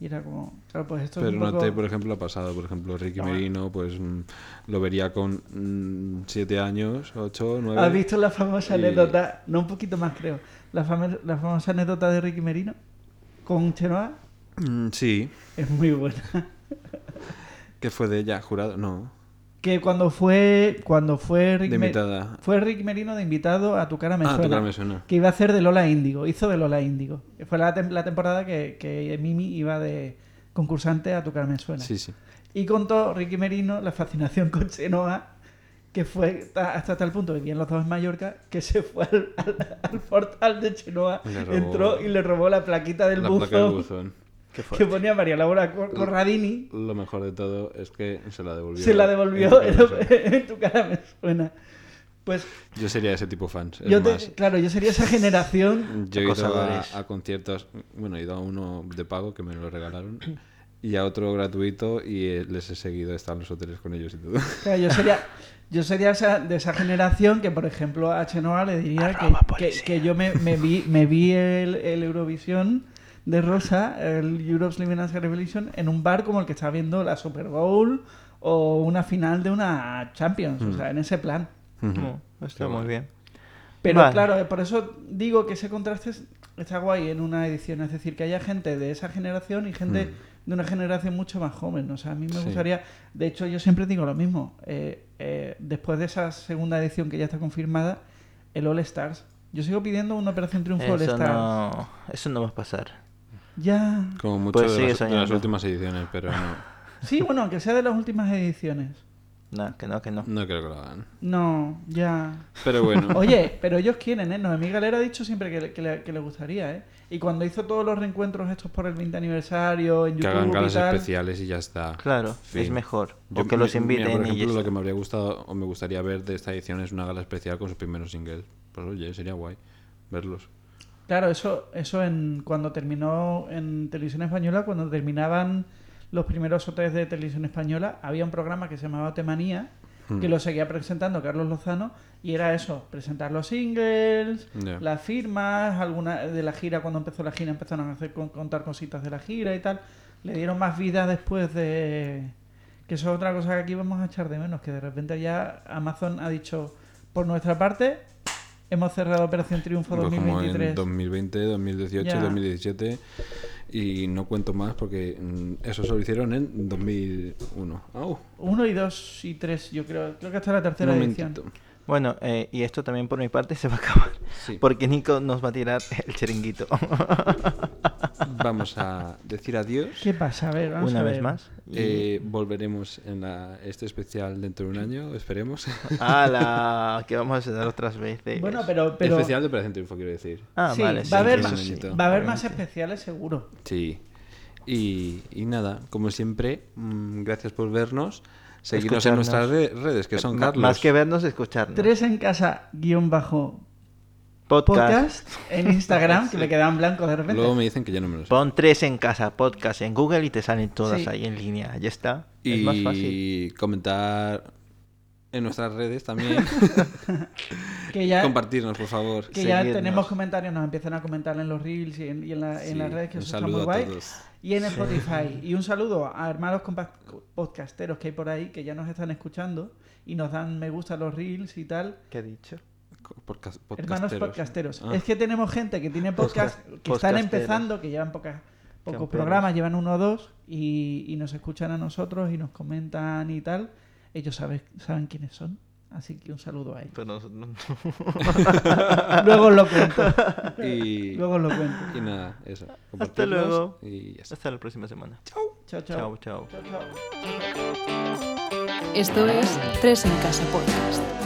Y era como, claro, pues esto
Pero
es un
no
poco-
te, por ejemplo, ha pasado. Por ejemplo, Ricky
Ah, bueno.
Merino, pues mm, lo vería con 7 años, 8, 9.
¿Has visto la famosa
Y-
anécdota? No, un poquito más creo. La, fame- la famosa anécdota de Ricky Merino con Chenoa
Mm, sí,
es muy buena.
que fue de ella, jurado, no,
Que cuando fue, cuando fue Ricky
de
Me-
invitada.
Fue Rick Merino de invitado a Tu cara me
Ah, tu
suena.
cara me suena.
Que iba a hacer de Lola Índigo. Hizo de Lola Índigo. Que Fue la, tem- la temporada que, que Mimi iba de concursante a Tu cara me suena.
Sí, sí.
Y contó Ricky Merino la fascinación con Chenoa, que fue ta- hasta tal punto, vivían los dos en Mallorca, que se fue al, al- al portal de Chenoa,
Y le robó-
entró y le robó la plaquita del
la
buzón.
placa del buzón.
Qué
Que
fuerte.
ponía María Laura Cor- Corradini,
Lo mejor de todo es que se la devolvió.
se la devolvió
En tu cabeza.
en tu cara me suena. Pues
Yo sería ese tipo de fans. Es
yo te-
más,
claro, yo sería esa generación
yo he ido
Acosadores.
a, a conciertos, bueno, he ido a uno de pago que me lo regalaron y a otro gratuito y eh, les he seguido estar en los hoteles con ellos y todo.
Claro, yo sería, yo sería esa- de esa generación que, por ejemplo, a Chenoa le diría que,
Arroba
que-
policía.
que yo me, me vi, me vi el, el Eurovisión de Rosa, el Europe's Living As a Revelation, en un bar como el que está viendo la Super Bowl o una final de una Champions,
Mm.
o sea, en ese plan.
No,
Qué
está muy
guay.
bien.
Pero
Vale.
claro, eh, por eso digo que ese contraste es- está guay en una edición, es decir, que haya gente de esa generación y gente
Hmm.
de una generación mucho más joven. O sea, a mí me
Sí.
gustaría, de hecho yo siempre digo lo mismo, eh, eh, después de esa segunda edición que ya está confirmada, el All Stars. Yo sigo pidiendo una Operación Triunfo All
Eso
Stars.
no, eso no va a pasar.
Ya.
Como mucho
Pues
de,
sigue
las, de las
soñando.
últimas ediciones, pero no,
Sí, bueno, aunque sea de las últimas ediciones.
No, que no, que no.
no creo que lo hagan.
No, ya.
Pero bueno,
Oye, pero ellos quieren, ¿eh? Noemí Galera ha dicho siempre que le, que le- que le gustaría, ¿eh? Y cuando hizo todos los reencuentros estos por el 20 aniversario, en
que
YouTube
hagan
y
galas
tal,
especiales y ya está.
Claro, es
Fin.
mejor.
Yo-
O que los
mi- mira,
inviten
por
y ya
ejemplo, lo
está.
que me habría gustado o me gustaría ver de esta edición es una gala especial con sus primeros singles. Pues oye, sería guay verlos.
Claro, eso, eso en cuando terminó en televisión española, cuando terminaban los primeros OTs de televisión española, había un programa que se llamaba Temanía,
Hmm.
que lo seguía presentando Carlos Lozano, y era eso, presentar los singles,
Ya.
las firmas, alguna de la gira, cuando empezó la gira empezaron a hacer, con- contar cositas de la gira y tal. Le dieron más vida después de... Que eso es otra cosa que aquí vamos a echar de menos, que de repente ya Amazon ha dicho, por nuestra parte, hemos cerrado Operación Triunfo
Pues como
2023.
en 2020, 2018,
Ya.
2017 y no cuento más porque mm, eso se lo hicieron en 2001. Au,
Uno y dos y tres, yo creo. Creo que hasta la
un
tercera edición.
momentito.
Bueno, eh, y esto también por mi parte se va a acabar.
Sí.
Porque Nico nos va a tirar el chiringuito.
Vamos a decir adiós.
¿Qué pasa? A ver, vamos
Una
a
vez
ver.
más. Y-
Eh, volveremos en la- este especial dentro de un año, esperemos.
¡Hala! Que vamos a cenar otras veces.
Bueno, pero. pero...
Especial de Operación Triunfo, quiero decir.
Eh, Ah,
sí,
vale,
va a
sí,
haber
eso
más-
sí.
Va a haber más especiales, seguro.
Sí. Y, y nada, como siempre, mm, gracias por vernos. Seguirnos en nuestras
Escucharnos.
re- redes, que son
M-
Carlos.
Más que vernos, escucharnos.
Tres en casa, guión bajo
podcast.
podcast en Instagram, que me quedaban blancos de repente.
Luego me dicen que yo no me lo sé.
Pon tres en casa podcast en Google y te salen todas
Sí.
ahí en línea. Ya está.
Y
Es más fácil.
comentar en nuestras redes también.
Que ya,
Compartirnos, por favor.
que ya
seguidnos.
tenemos comentarios, nos empiezan a comentar en los reels y en, y en la- en
Sí,
las redes, que
un
eso está
saludo
muy
a
guay.
todos.
Y en Spotify. Y un saludo a hermanos compa- podcasteros que hay por ahí, que ya nos están escuchando y nos dan me gusta a los reels y tal.
¿Qué he dicho?
Co- porcas-
Hermanos
podcasteros.
podcasteros.
Ah.
Es que tenemos gente que tiene podcast,
Podcast-
que están
podcasteros.
empezando, que llevan pocas, pocos
Camperos.
programas, llevan uno o dos, y, y nos escuchan a nosotros y nos comentan y tal. Ellos saben, saben quiénes son. Así que un saludo a ellos.
Pero no-
Luego os lo cuento.
Y,
Luego os lo cuento.
y nada, eso.
Hasta luego.
Compartirnos Y ya está.
Hasta la próxima semana.
Chao,
Chao,
chao.
chao.
Chao, chao.
Esto es Tres en Casa Podcast.